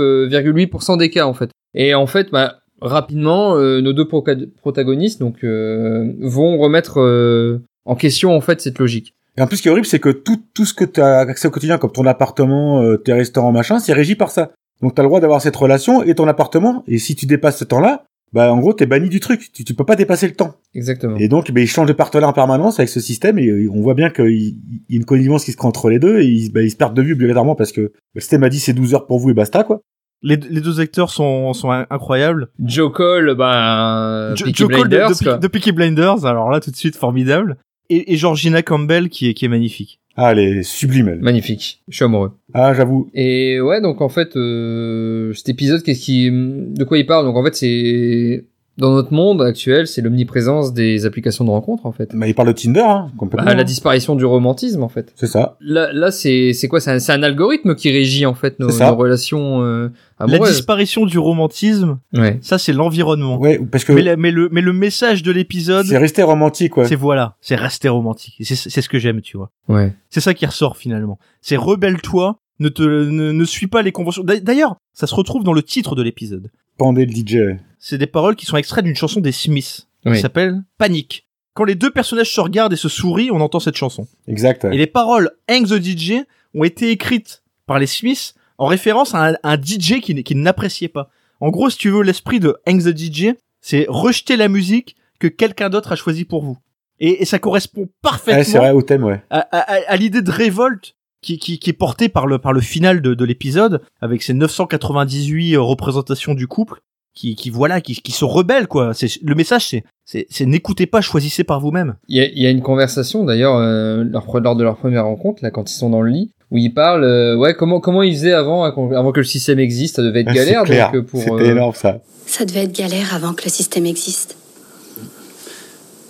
99,8% des cas, en fait. Et en fait, bah, rapidement, euh, nos deux proca- protagonistes donc euh, vont remettre euh, en question en fait cette logique. Et en plus, ce qui est horrible, c'est que tout, tout ce que tu as accès au quotidien, comme ton appartement, euh, tes restaurants, machin, c'est régi par ça. Donc, tu as le droit d'avoir cette relation et ton appartement. Et si tu dépasses ce temps-là, bah, en gros, t'es banni du truc. Tu, tu peux pas dépasser le temps. Exactement. Et donc, bah, ils changent de partenaire en permanence avec ce système et euh, on voit bien qu'il il y a une connivence qui se crée entre les deux et ils, bah, ils se perdent de vue obligatoirement parce que bah, le système a dit c'est 12 heures pour vous et basta, quoi. Les, les deux acteurs sont, sont in- incroyables. Joe Cole, bah, Jo- Peaky Joe Cole de- Blinders, de, quoi. de Peaky Blinders, alors là tout de suite formidable. Et, et Georgina Campbell qui est, qui est magnifique. Ah, elle est sublime, elle. Magnifique. Je suis amoureux. Ah, j'avoue. Et ouais, donc en fait, euh, cet épisode, qu'est-ce qui, de quoi il parle Donc en fait, c'est dans notre monde actuel, c'est l'omniprésence des applications de rencontres, en fait. Bah, il parle de Tinder, hein, complètement. Bah, la disparition du romantisme, en fait. C'est ça. Là, là, c'est c'est quoi C'est un, c'est un algorithme qui régit en fait nos, C'est ça. nos relations euh, La amoureuses. disparition du romantisme, ouais. ça c'est l'environnement. Ouais, parce que Mais, la- mais le, mais le message de l'épisode, c'est resté romantique, ouais. c'est voilà, c'est rester romantique. Et C'est c'est ce que j'aime, tu vois. Ouais. C'est ça qui ressort finalement. C'est rebelle-toi, ne te ne, ne suis pas les conventions. D'a- D'ailleurs, ça se retrouve dans le titre de l'épisode. Pendez le DJ. ouais. C'est des paroles qui sont extraites d'une chanson des Smiths Oui. qui s'appelle Panique. Quand les deux personnages se regardent et se sourient, on entend cette chanson. Exact. ouais. Eh, Et les paroles Hang the DJ ont été écrites par les Smiths en référence à un, un DJ qui, n- qui n'appréciait pas. En gros, si tu veux, l'esprit de Hang the DJ, c'est rejeter la musique que quelqu'un d'autre a choisie pour vous. Et, et ça correspond Ouais, c'est parfaitement vrai, au thème, ouais. à, à- à- à l'idée de révolte qui, qui, qui est portée par le, par le final de, de l'épisode, avec ces 998 euh, représentations du couple, qui, qui voilà, qui, qui se rebellent, quoi. C'est, le message, c'est, c'est, c'est n'écoutez pas, choisissez par vous-même. Il y a, il y a une conversation d'ailleurs euh, leur- lors de leur première rencontre, là, quand ils sont dans le lit, où ils parlent. euh, ouais, comment comment ils faisaient avant hein, qu'on- avant que le système existe Ça devait être Ah, galère. c'est clair. donc, euh, pour, C'était euh, énorme, ça. Ça devait être galère avant que le système existe.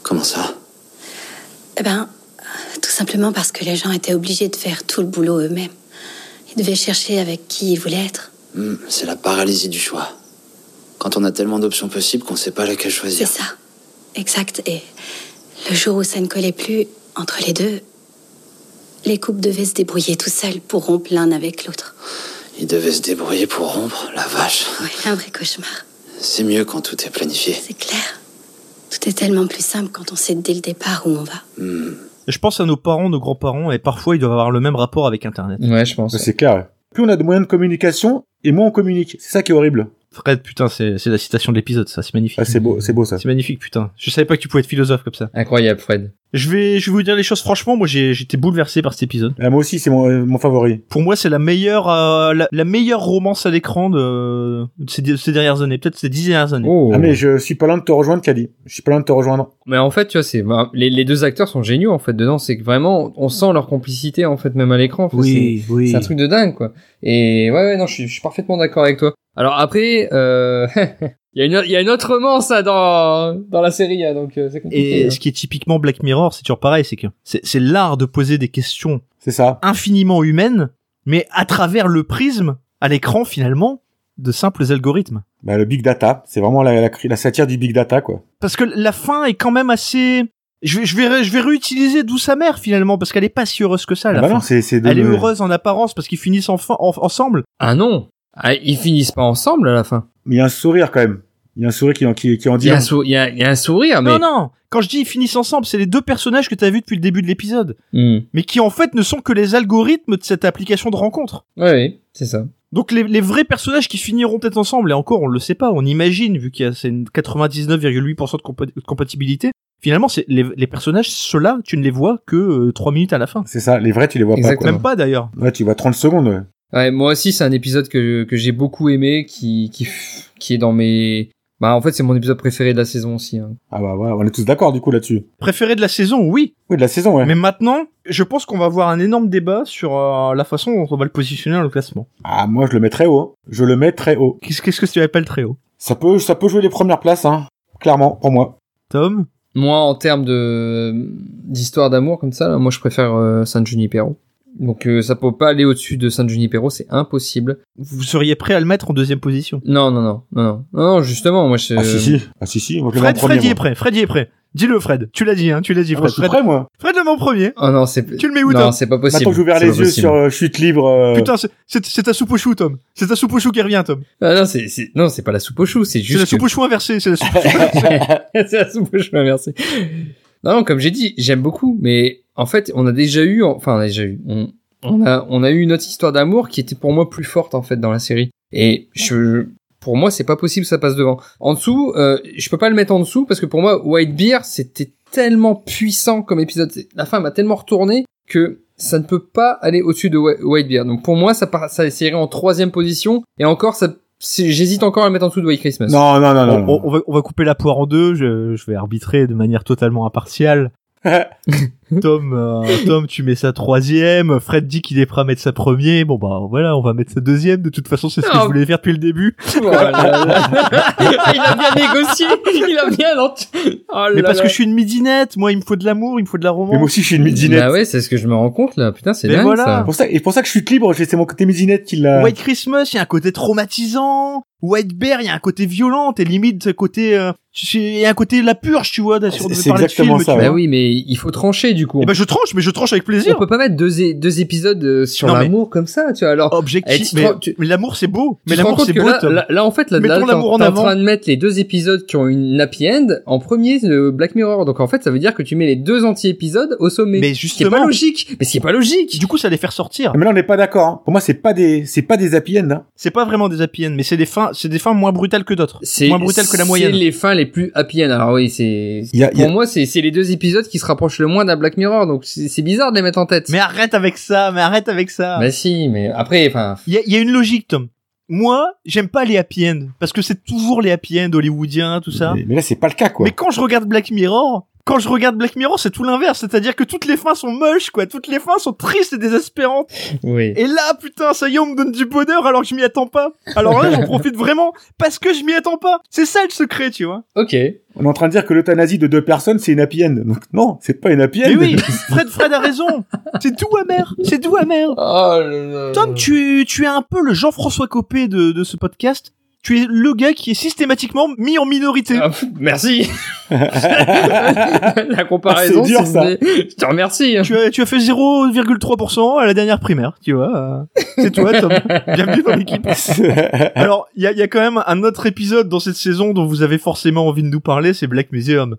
Comment ça Eh ben, tout simplement parce que les gens étaient obligés de faire tout le boulot eux-mêmes. Ils devaient chercher avec qui ils voulaient être. Hmm, C'est la paralysie du choix. Quand on a tellement d'options possibles qu'on ne sait pas laquelle C'est choisir. ça. Exact. Et le jour où ça ne collait plus, entre les deux, les couples devaient se débrouiller tout seuls pour rompre l'un avec l'autre. Ils devaient se débrouiller pour rompre, la vache. Ouais, un vrai cauchemar. C'est mieux quand tout est planifié. C'est clair. Tout est tellement plus simple quand on sait dès le départ où on va. Hmm. Je pense à nos parents, nos grands-parents, et parfois ils doivent avoir le même rapport avec Internet. Ouais, je pense. Ouais, c'est clair. ouais. Plus on a de moyens de communication, et moins on communique. C'est ça qui est horrible. Fred, putain, c'est, c'est la citation de l'épisode, ça, c'est magnifique. Ah, c'est beau, c'est beau ça. C'est magnifique, putain. Je savais pas que tu pouvais être philosophe comme ça. Incroyable, Fred. Je vais, je vais vous dire les choses franchement. Moi, j'ai, j'étais bouleversé par cet épisode. Ah, moi aussi, c'est mon, euh, mon favori. Pour moi, c'est la meilleure, euh, la, la meilleure romance à l'écran de, de ces, de ces dernières années. Peut-être ces dix dernières années. Oh. Ah, mais je suis pas loin de te rejoindre, Kadi. Je suis pas loin de te rejoindre. Mais en fait, tu vois, c'est bah, les, les deux acteurs sont géniaux en fait dedans. C'est que vraiment, on sent leur complicité en fait, même à l'écran. Enfin, c'est- oui. C'est un truc de dingue quoi. Et ouais, ouais non, je suis, je suis parfaitement d'accord avec toi. Alors après, euh, il y a une, il y a une autre romance ça dans dans la série, hein, donc euh, c'est compliqué. Et hein. ce qui est typiquement Black Mirror, c'est toujours pareil, c'est que c'est c'est l'art de poser des questions C'est ça. infiniment humaines, mais à travers le prisme, à l'écran finalement, de simples algorithmes. Bah, le big data. C'est vraiment la, la, cri- la satire du big data, quoi. Parce que la fin est quand même assez... Je vais, je vais, ré- je vais réutiliser d'où sa mère finalement, parce qu'elle est pas si heureuse que ça, Ah, la bah fin. non, c'est, c'est de- Elle est heureuse en apparence parce qu'ils finissent enfin- en- ensemble. Ah non, ah, ils finissent pas ensemble à la fin. Mais il y a un sourire quand même. Il y a un sourire qui, en- qui, qui en Il dit. y a un, long. sou- il y a, il y a un sourire, mais Non, non Quand je dis ils finissent ensemble, c'est les deux personnages que t'as vus depuis le début de l'épisode, Hmm. mais qui en fait ne sont que les algorithmes de cette application de rencontre. ouais, ouais, c'est ça. Donc les, les vrais personnages qui finiront peut-être ensemble, et encore on le sait pas, on imagine, vu qu'il y a c'est une 99,8% de, compa- de compatibilité, finalement c'est les, les personnages, ceux-là, tu ne les vois que 3 minutes à la fin. C'est ça. Les vrais, tu les vois Exactement. Même pas d'ailleurs. pas, quoi. Ouais, tu vois 30 secondes. ouais. Ouais, moi aussi, c'est un épisode que, que j'ai beaucoup aimé, qui, qui, qui est dans mes. Bah, en fait, c'est mon épisode préféré de la saison aussi. Hein. Ah, bah, voilà. On est tous d'accord, du coup, là-dessus. Préféré de la saison, oui. Oui, de la saison, ouais. Mais maintenant, je pense qu'on va avoir un énorme débat sur euh, la façon dont on va le positionner dans le classement. Ah, moi, je le mets très haut. hein. Je le mets très haut. Qu'est-ce qu'est-ce que tu appelles très haut Ça peut, ça peut jouer les premières places, hein. Clairement, pour moi. Tom Moi, en termes de d'histoire d'amour comme ça, là, moi, je préfère euh, San Junipero. Donc euh, ça peut pas aller au-dessus de San Junipero, c'est impossible. Vous seriez prêt à le mettre en deuxième position Non, non, non, non, non, non, non, justement, moi je. Ah si si, ah si si, moi je le mets en Fred, premier. Fred y est moi. prêt, Fred y est prêt. Dis-le Fred, tu l'as dit, hein, tu l'as dit Ah, moi, Fred. je suis Fred, prêt moi. Fred le met en premier. Oh non, c'est. Tu le mets où Non, Tom c'est pas possible. Maintenant que j'ai ouvert C'est les pas yeux possible. sur euh, chute libre. euh, Putain, c'est- c'est c'est ta soupe au chou Tom. C'est ta soupe au chou qui revient Tom. Ah non, c'est, c'est- non, c'est pas la soupe au chou, c'est C'est juste. la soupe que- au chou inversée, c'est la soupe au chou. c'est la soupe au chou, merci. Non, non, comme j'ai dit, j'aime beaucoup, mais en fait, on a déjà eu, enfin, on a déjà eu, on, on a, on a eu notre histoire d'amour qui était pour moi plus forte, en fait, dans la série. Et je, pour moi, c'est pas possible, ça passe devant. En dessous, euh, je peux pas le mettre en dessous parce que pour moi, White Beer, c'était tellement puissant comme épisode. C'est- La fin m'a tellement retourné que ça ne peut pas aller au-dessus de Whi- White Beer. Donc pour moi, ça, part- ça irait en troisième position. Et encore, ça, c'est- j'hésite encore à le mettre en dessous de White Christmas. Non non non non. On, non. on- on va, on va couper la poire en deux. Je, je vais arbitrer de manière totalement impartiale. Tom, euh, Tom, tu mets sa troisième. Fred dit qu'il est prêt à mettre sa premier. Bon bah voilà, on va mettre sa deuxième. De toute façon, c'est ce que Non. je voulais faire depuis le début. Oh là là. il a bien négocié, il a bien lent- Oh Mais là parce là. que je suis une midinette, moi, il me faut de l'amour, il me faut de la Mais moi romance. aussi je suis une midinette. Bah ouais, c'est ce que je me rends compte là. Putain, c'est Mais dingue voilà. ça. Pour ça et pour ça que chute libre, j'ai- c'est mon côté midinette qui l'a. White Christmas, il y a un côté traumatisant. White Bear, il y a un côté violent et limite ce côté, euh, tu sais, il y a un côté la purge, tu vois, si on C'est- devait c'est parler de exactement film, ça, tu ouais. vois. Bah oui, mais il faut trancher du coup. Eh ben, je tranche, mais je tranche avec plaisir. On peut pas mettre deux, é- deux épisodes euh, sur Non, mais- l'amour comme ça, tu vois. Alors, Eh, Objectif, tu te mais, rends- tu- mais l'amour c'est beau, tu Oh, mais te rends l'amour compte c'est que beau. là, Tom. là, là, en fait, là, Mettons là, t'es l'amour en en, t'es en avant. train de mettre les deux épisodes qui ont une happy end en premier de Black Mirror. Donc en fait, ça veut dire que tu mets les deux anti-épisodes au sommet. Mais Ce qui est pas justement, logique. Mais ce qui est pas logique. du coup, ça les faire sortir. Ah, Mais là on n'est pas d'accord. hein. Pour moi c'est pas des c'est pas des happy end. hein. C'est pas vraiment des happy end, mais c'est des fins, c'est des fins moins brutales que d'autres. C'est Moins brutales que la moyenne. C'est les fins les plus happy end. Alors oui, c'est Il y a- il y a- pour moi c'est c'est les deux épisodes qui se rapprochent le moins d'un Black Mirror. Donc c'est c'est bizarre de les mettre en tête. Mais arrête avec ça, mais arrête avec Ah. ça. Bah si, mais après enfin Il y, a- il y a une logique, Tom. Moi, j'aime pas les happy end parce que c'est toujours les happy end hollywoodiens, tout ça. Mais, mais là c'est pas le cas quoi. Mais quand je regarde Black Mirror, quand je regarde Black Mirror, c'est tout l'inverse. C'est-à-dire que toutes les fins sont moches, quoi. Toutes les fins sont tristes et désespérantes. oui. Et là, putain, ça y est, on me donne du bonheur alors que je m'y attends pas. Alors là, j'en profite vraiment parce que je m'y attends pas. C'est ça le secret, tu vois. OK. On est en train de dire que l'euthanasie de deux personnes c'est une happy end. Donc non, c'est pas une happy end. Mais oui, Fred, Fred a raison. C'est doux amer. C'est doux amer. Oh là là. Tom, tu, tu es un peu le Jean-François Copé de, de ce podcast. Tu es le gars qui est systématiquement mis en minorité. Ah, pff, merci. la comparaison Ah, c'est dur, ça. une- Je te remercie. hein. Tu as, tu as fait 0,3% à la dernière primaire, tu vois. euh. C'est toi, Tom. Bienvenue dans l'équipe. Alors, il y a, il y a quand même un autre épisode dans cette saison dont vous avez forcément envie de nous parler, c'est Black Museum.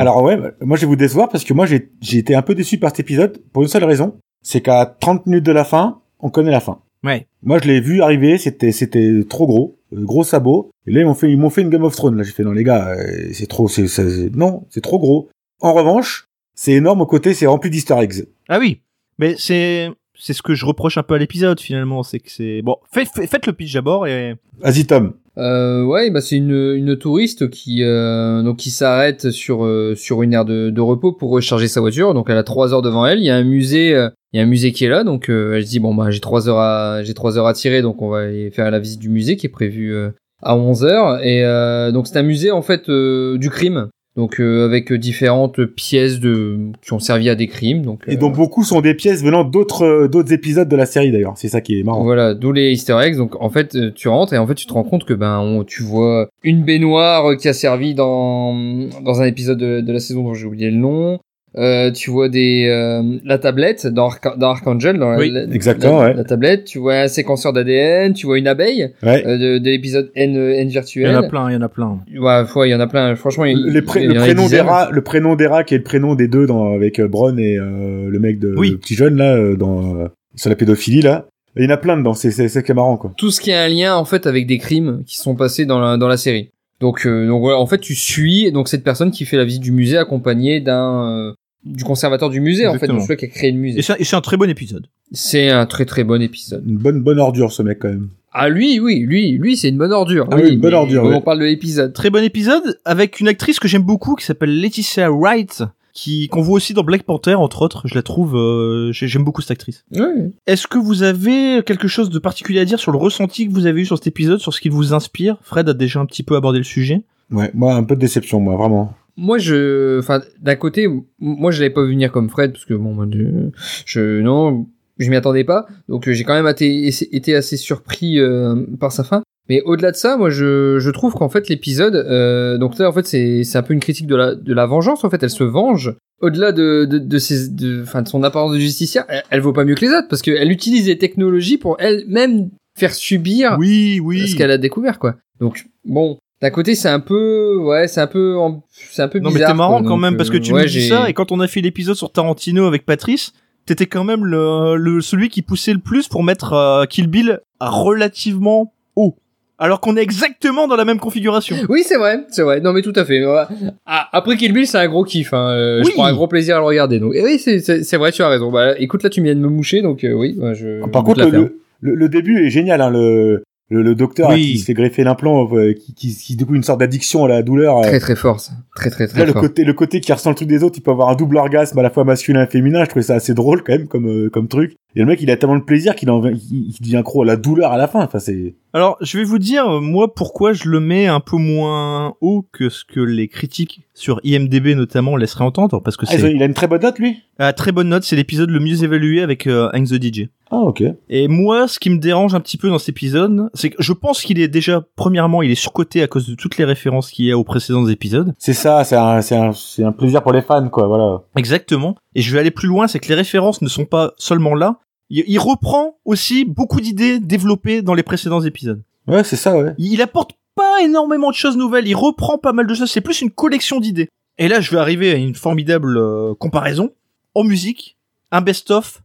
Alors ouais, bah, moi je vais vous décevoir parce que moi j'ai j'ai été un peu déçu par cet épisode pour une seule raison, c'est qu'à 30 minutes de la fin, on connaît la fin. Ouais. Moi je l'ai vu arriver, c'était c'était trop gros, euh, gros sabot. Et là ils m'ont fait ils m'ont fait une Game of Thrones. Là j'ai fait non les gars, euh, c'est trop, c'est ça- c'est- non, c'est trop gros. En revanche, c'est énorme au côté, c'est rempli d'Easter eggs. Ah oui, mais c'est c'est ce que je reproche un peu à l'épisode finalement, c'est que c'est bon. Faites, faites- faites le pitch d'abord et Vas-y Tom. Euh, ouais, bah c'est une, une touriste qui euh, donc qui s'arrête sur euh, sur une aire de, de repos pour recharger sa voiture. Donc elle a trois heures devant elle. Il y a un musée, euh, il y a un musée qui est là. Donc euh, elle se dit bon bah j'ai trois heures à j'ai trois heures à tirer. Donc on va aller faire la visite du musée qui est prévue euh, à 11 heures. Et euh, donc c'est un musée en fait euh, du crime. Donc euh, avec différentes pièces de qui ont servi à des crimes. Donc Et euh, donc beaucoup sont des pièces venant d'autres euh, d'autres épisodes de la série d'ailleurs. C'est ça qui est marrant. Voilà, d'où les easter eggs. Donc en fait, euh, tu rentres et en fait tu te rends compte que ben on- tu vois une baignoire euh, qui a servi dans dans un épisode de, de la saison dont j'ai oublié le nom. Euh, tu vois des euh, la tablette dans, Arca- dans Archangel dans la- Oui, la, exactement, la- ouais. la tablette. Tu vois un séquenceur d'ADN. Tu vois une abeille Ouais. euh, de, de l'épisode N N il y en a virtuel. plein, il y en a plein. Ouais, ouais, il y en a plein. Franchement, il, Les pré- il y le en a des prénom des dizaines. rats, le prénom des rats qui est le prénom des deux dans avec euh, Bron et euh, le mec de Oui. le petit jeune là euh, dans euh, sur la pédophilie là. Et il y en a plein dedans, c'est c'est c'est ça qui est marrant quoi. tout ce qui a un lien en fait avec des crimes qui sont passés dans la, dans la série. Donc, euh, donc voilà, en fait, tu suis donc cette personne qui fait la visite du musée accompagnée d'un euh, du conservateur du musée en fait, Exactement. donc celui qui a créé le Et musée. c'est et c'est un très bon épisode. C'est un très très bon épisode. Une bonne bonne ordure ce mec quand même. Ah lui, oui, lui, lui, c'est une bonne ordure. Ah oui, une bonne mais ordure, On ouais. parle de l'épisode. Très bon épisode avec une actrice que j'aime beaucoup qui s'appelle Laetitia Wright, qui qu'on voit aussi dans Black Panther entre autres. Je la trouve, euh, j'ai- j'aime beaucoup cette actrice. Ouais. Est-ce que vous avez quelque chose de particulier à dire sur le ressenti que vous avez eu sur cet épisode, sur ce qu'il vous inspire Fred a déjà un petit peu abordé le sujet. Ouais, moi un peu de déception moi vraiment. Moi, je, enfin, d'un côté, m- moi, je l'avais pas vu venir comme Fred parce que bon, moi, je, je- non, je m'y attendais pas, donc euh, j'ai quand même été, été assez surpris euh, par sa fin. Mais au-delà de ça, moi je, je trouve qu'en fait l'épisode, euh, donc là en fait c'est c'est un peu une critique de la de la vengeance en fait, elle se venge. Au-delà de de de, ses, de, enfin, de son apparence de justicière, elle, elle vaut pas mieux que les autres parce qu'elle utilise les technologies pour elle-même faire subir Oui, oui. ce Ah. qu'elle a découvert quoi. Donc bon, d'un côté c'est un peu ouais c'est un peu en- c'est un peu Non, mais bizarre. t'es marrant quoi. quand Donc, même, parce que euh, tu ouais, me dis j'ai- ça, et quand on a fait l'épisode sur Tarantino avec Patrice, t'étais quand même le, le- celui qui poussait le plus pour mettre euh, Kill Bill à relativement haut. Alors qu'on est exactement dans la même configuration. Oui, c'est vrai, c'est vrai. Non, mais tout à fait. Voilà. Ah, après Kill Bill, c'est un gros kiff. Hein. Euh, Oui. Je prends un gros plaisir à le regarder. Donc, et oui, c'est- c'est c'est vrai, tu as raison. Bah, écoute, là, tu viens de me moucher, donc euh, oui, bah, je. Par je contre, la le, ferme. le- le début est génial. Hein, le, le, le docteur Oui. qui se fait greffer l'implant, euh, qui, qui, qui découvre une sorte d'addiction à la douleur. euh, très très fort, ça. très très très Là, le fort. côté, le côté qui ressent le truc des autres, il peut avoir un double orgasme à la fois masculin et féminin. Je trouvais ça assez drôle quand même comme, euh, comme truc. Et le mec, il a tellement de plaisir qu'il en, il, il devient accro à la douleur à la fin. Enfin, c'est. Alors, je vais vous dire, euh, moi, pourquoi je le mets un peu moins haut que ce que les critiques sur IMDB notamment laisseraient entendre, parce que Ah, c'est il a une très bonne note, lui. à très bonne note, c'est l'épisode le mieux évalué avec euh, Hang the DJ. Ah, ok. Et moi, ce qui me dérange un petit peu dans cet épisode, c'est que je pense qu'il est déjà, premièrement, il est surcoté à cause de toutes les références qu'il y a aux précédents épisodes. C'est ça. C'est un, c'est un, c'est un plaisir pour les fans, quoi. Voilà. Exactement. Et je vais aller plus loin, c'est que les références ne sont pas seulement là. Il il reprend aussi beaucoup d'idées développées dans les précédents épisodes. Ouais, c'est ça, ouais. Il apporte pas énormément de choses nouvelles, il reprend pas mal de choses, c'est plus une collection d'idées. Et là, je vais arriver à une formidable euh, comparaison. En musique, un best-of,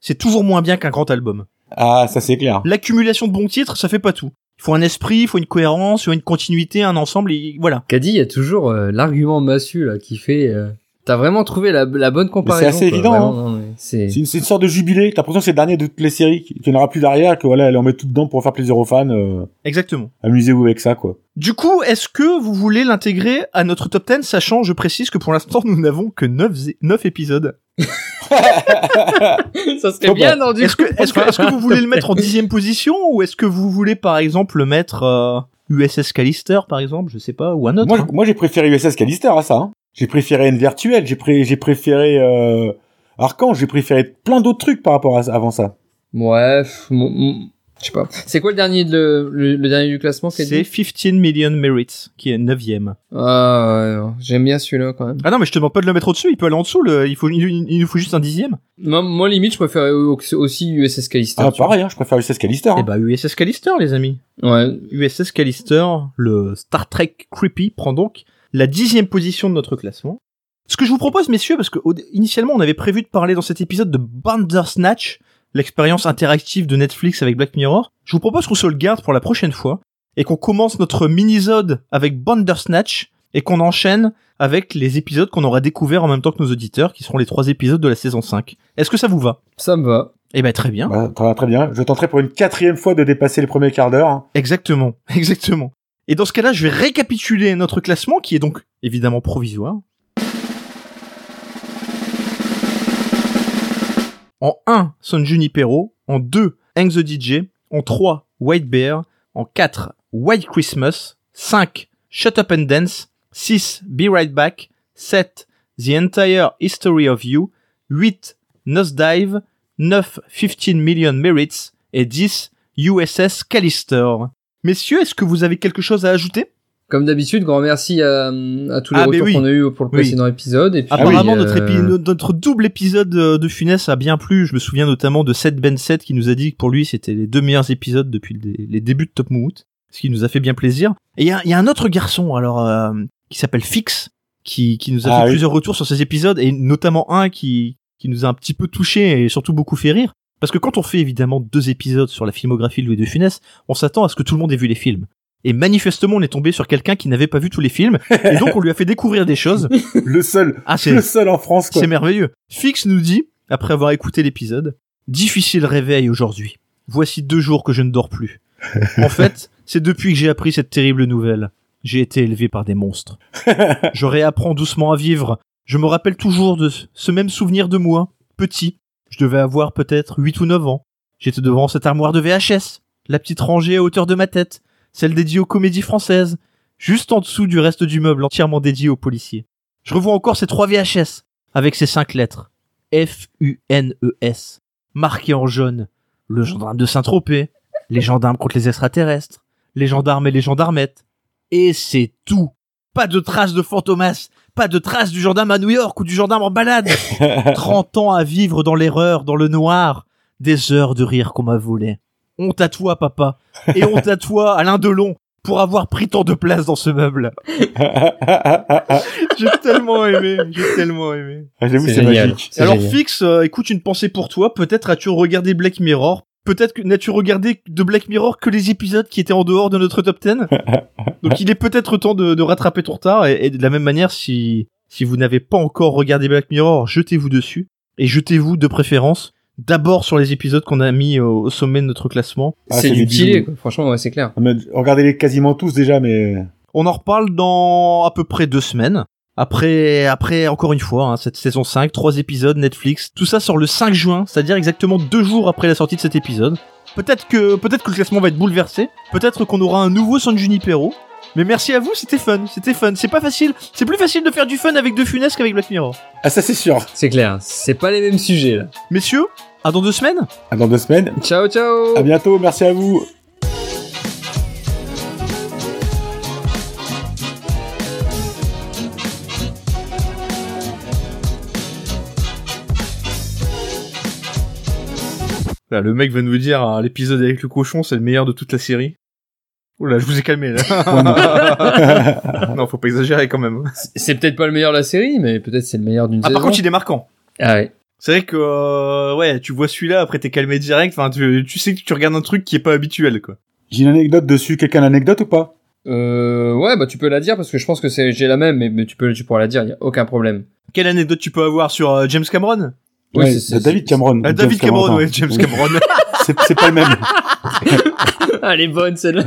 c'est toujours moins bien qu'un grand album. Ah, ça, c'est clair. L'accumulation de bons titres, ça fait pas tout. Il faut un esprit, il faut une cohérence, il faut une continuité, un ensemble, et voilà. Caddy, il y a toujours euh, l'argument massu là qui fait. euh, T'as vraiment trouvé la, la bonne comparaison. assez quoi. évident, Vraiment, hein. non, mais C'est C'est une, c'est une sorte de jubilé. T'as l'impression que c'est le dernier de toutes les séries. Qu'il n'y en aura plus derrière, que voilà, elle en met tout dedans pour faire plaisir aux fans. euh, Exactement. Amusez-vous avec ça, quoi. Du coup, est-ce que vous voulez l'intégrer à notre top 10, sachant, je précise que pour l'instant, nous n'avons que 9, épisodes. ça serait Bon, bien non du Est-ce que, coup. est-ce que, est-ce que vous voulez le mettre en dixième position, ou est-ce que vous voulez, par exemple, le mettre euh, USS Callister, par exemple, je sais pas, ou un autre Moi, hein. je- moi j'ai préféré USS Callister à ça. hein. J'ai préféré N Virtuel, j'ai pré- j'ai préféré euh, Archange, j'ai préféré plein d'autres trucs par rapport à ça- avant ça. Ouais, pff, mon- mon- je sais pas. C'est quoi le dernier de- le, le, dernier du classement, C'est Caddy 15 Million Merits, qui est 9 Ah, ouais, j'aime bien celui-là quand même. Ah non, mais je te demande pas de le mettre au-dessus, il peut aller en dessous, le- il, faut, il, il nous faut juste un dixième. Moi, moi, limite, je préférais au- aussi USS Callister. Ah, tu vois. pareil, hein, je préfère USS Callister. Eh hein. bah, USS Callister, les amis. Ouais. USS Callister, le Star Trek Creepy, prend donc la dixième position de notre classement. Ce que je vous propose, messieurs, parce que au- initialement on avait prévu de parler dans cet épisode de Bandersnatch, l'expérience interactive de Netflix avec Black Mirror, je vous propose qu'on se le garde pour la prochaine fois et qu'on commence notre mini-sode avec Bandersnatch et qu'on enchaîne avec les épisodes qu'on aura découverts en même temps que nos auditeurs, qui seront les trois épisodes de la saison 5. Est-ce que ça vous va Ça me va. Eh ben très bien. Bah, très, très bien. Je tenterai pour une quatrième fois de dépasser les premiers quarts d'heure. hein. Exactement, exactement. Et dans ce cas-là, je vais récapituler notre classement qui est donc évidemment provisoire. En 1, Son Junipero. En 2, Hang the DJ. En 3, White Bear. En 4, White Christmas. 5, Shut Up and Dance. 6, Be Right Back. 7, The Entire History of You. 8, Nosedive. 9, 15 Million Merits. Et 10, USS Callister. Messieurs, est-ce que vous avez quelque chose à ajouter Comme d'habitude, grand merci à, à tous les Ah, mais retours oui. qu'on a eu pour le Oui. précédent épisode. Et puis, Ah Apparemment, euh, notre, épi- no- notre double épisode euh, de Funès a bien plu. Je me souviens notamment de Seth Bensett qui nous a dit que pour lui, c'était les deux meilleurs épisodes depuis le dé- les débuts de Top Moumout, ce qui nous a fait bien plaisir. Et il y a, il y a un autre garçon, alors, euh, qui s'appelle Fix, qui, qui nous a Ah fait oui. plusieurs retours sur ces épisodes, et notamment un qui, qui nous a un petit peu touché et surtout beaucoup fait rire. Parce que quand on fait évidemment deux épisodes sur la filmographie de Louis de Funès, on s'attend à ce que tout le monde ait vu les films. Et manifestement, on est tombé sur quelqu'un qui n'avait pas vu tous les films, et donc on lui a fait découvrir des choses. Le seul, Ah, c'est le seul en France, quoi. c'est merveilleux. Fix nous dit, après avoir écouté l'épisode, difficile réveil aujourd'hui. Voici deux jours que je ne dors plus. En fait, c'est depuis que j'ai appris cette terrible nouvelle. J'ai été élevé par des monstres. Je réapprends doucement à vivre. Je me rappelle toujours de ce- ce même souvenir de moi, petit. Je devais avoir peut-être 8 ou 9 ans. J'étais devant cette armoire de VHS, la petite rangée à hauteur de ma tête, celle dédiée aux comédies françaises, juste en dessous du reste du meuble entièrement dédié aux policiers. Je revois encore ces trois VHS, avec ses cinq lettres. F-U-N-E-S. marqués E en jaune. Le gendarme de Saint-Tropez, les gendarmes contre les extraterrestres, les gendarmes et les gendarmettes. Et c'est tout. Pas de traces de fantomas, pas de traces du gendarme à New York ou du gendarme en balade. 30 ans à vivre dans l'erreur, dans le noir, des heures de rire qu'on m'a volé. Honte à toi, papa. Et honte à toi, Alain Delon, pour avoir pris tant de place dans ce meuble. J'ai tellement aimé, j'ai tellement aimé. Ah, J'avoue, C'est c'est génial. magique. C'est Alors génial. Fix, euh, écoute, une pensée pour toi. Peut-être as-tu regardé Black Mirror. Peut-être que n'as-tu regardé de Black Mirror que les épisodes qui étaient en dehors de notre top 10. Donc il est peut-être temps de, de rattraper ton retard. Et, et de la même manière, si, si vous n'avez pas encore regardé Black Mirror, jetez-vous dessus. Et jetez-vous de préférence d'abord sur les épisodes qu'on a mis au, au sommet de notre classement. Ah, c'est du bisous. pilé, quoi. franchement, ouais, c'est clair. Ah, mais Regardez-les quasiment tous déjà, mais euh, On en reparle dans à peu près deux semaines. Après, après encore une fois, hein, cette saison 5, trois épisodes, Netflix. Tout ça sort le 5 juin, c'est-à-dire exactement deux jours après la sortie de cet épisode. Peut-être que, peut-être que le classement va être bouleversé. Peut-être qu'on aura un nouveau San Junipero. Mais merci à vous, c'était fun, c'était fun. C'est pas facile, c'est plus facile de faire du fun avec deux funestes qu'avec Black Mirror. ah ça c'est sûr. C'est clair, c'est pas les mêmes sujets là. Messieurs, à dans deux semaines À dans deux semaines. Ciao, ciao Ah, À bientôt. Merci à vous. Là, le mec va nous dire, hein, l'épisode avec le cochon, c'est le meilleur de toute la série. Oula, je vous ai calmé là. non, faut pas exagérer quand même. C'est peut-être pas le meilleur de la série, mais peut-être c'est le meilleur d'une Ah, saison. par contre, il est marquant. Ah ouais. C'est vrai que euh, ouais, tu vois celui-là, après t'es calmé direct. Enfin, tu, tu sais que tu regardes un truc qui est pas habituel, quoi. J'ai une anecdote dessus. Quelqu'un a une anecdote ou pas Euh, ouais, bah tu peux la dire parce que je pense que c'est j'ai la même, mais, mais tu peux tu pourras la dire, y a aucun problème. Quelle anecdote tu peux avoir sur euh, James Cameron Oui, Ouais, c'est- c'est- de David Cameron. hein. Ah, David James Cameron, ouais, James Oui. Cameron. C'est c'est pas le même. Ah, Elle est bonne celle-là.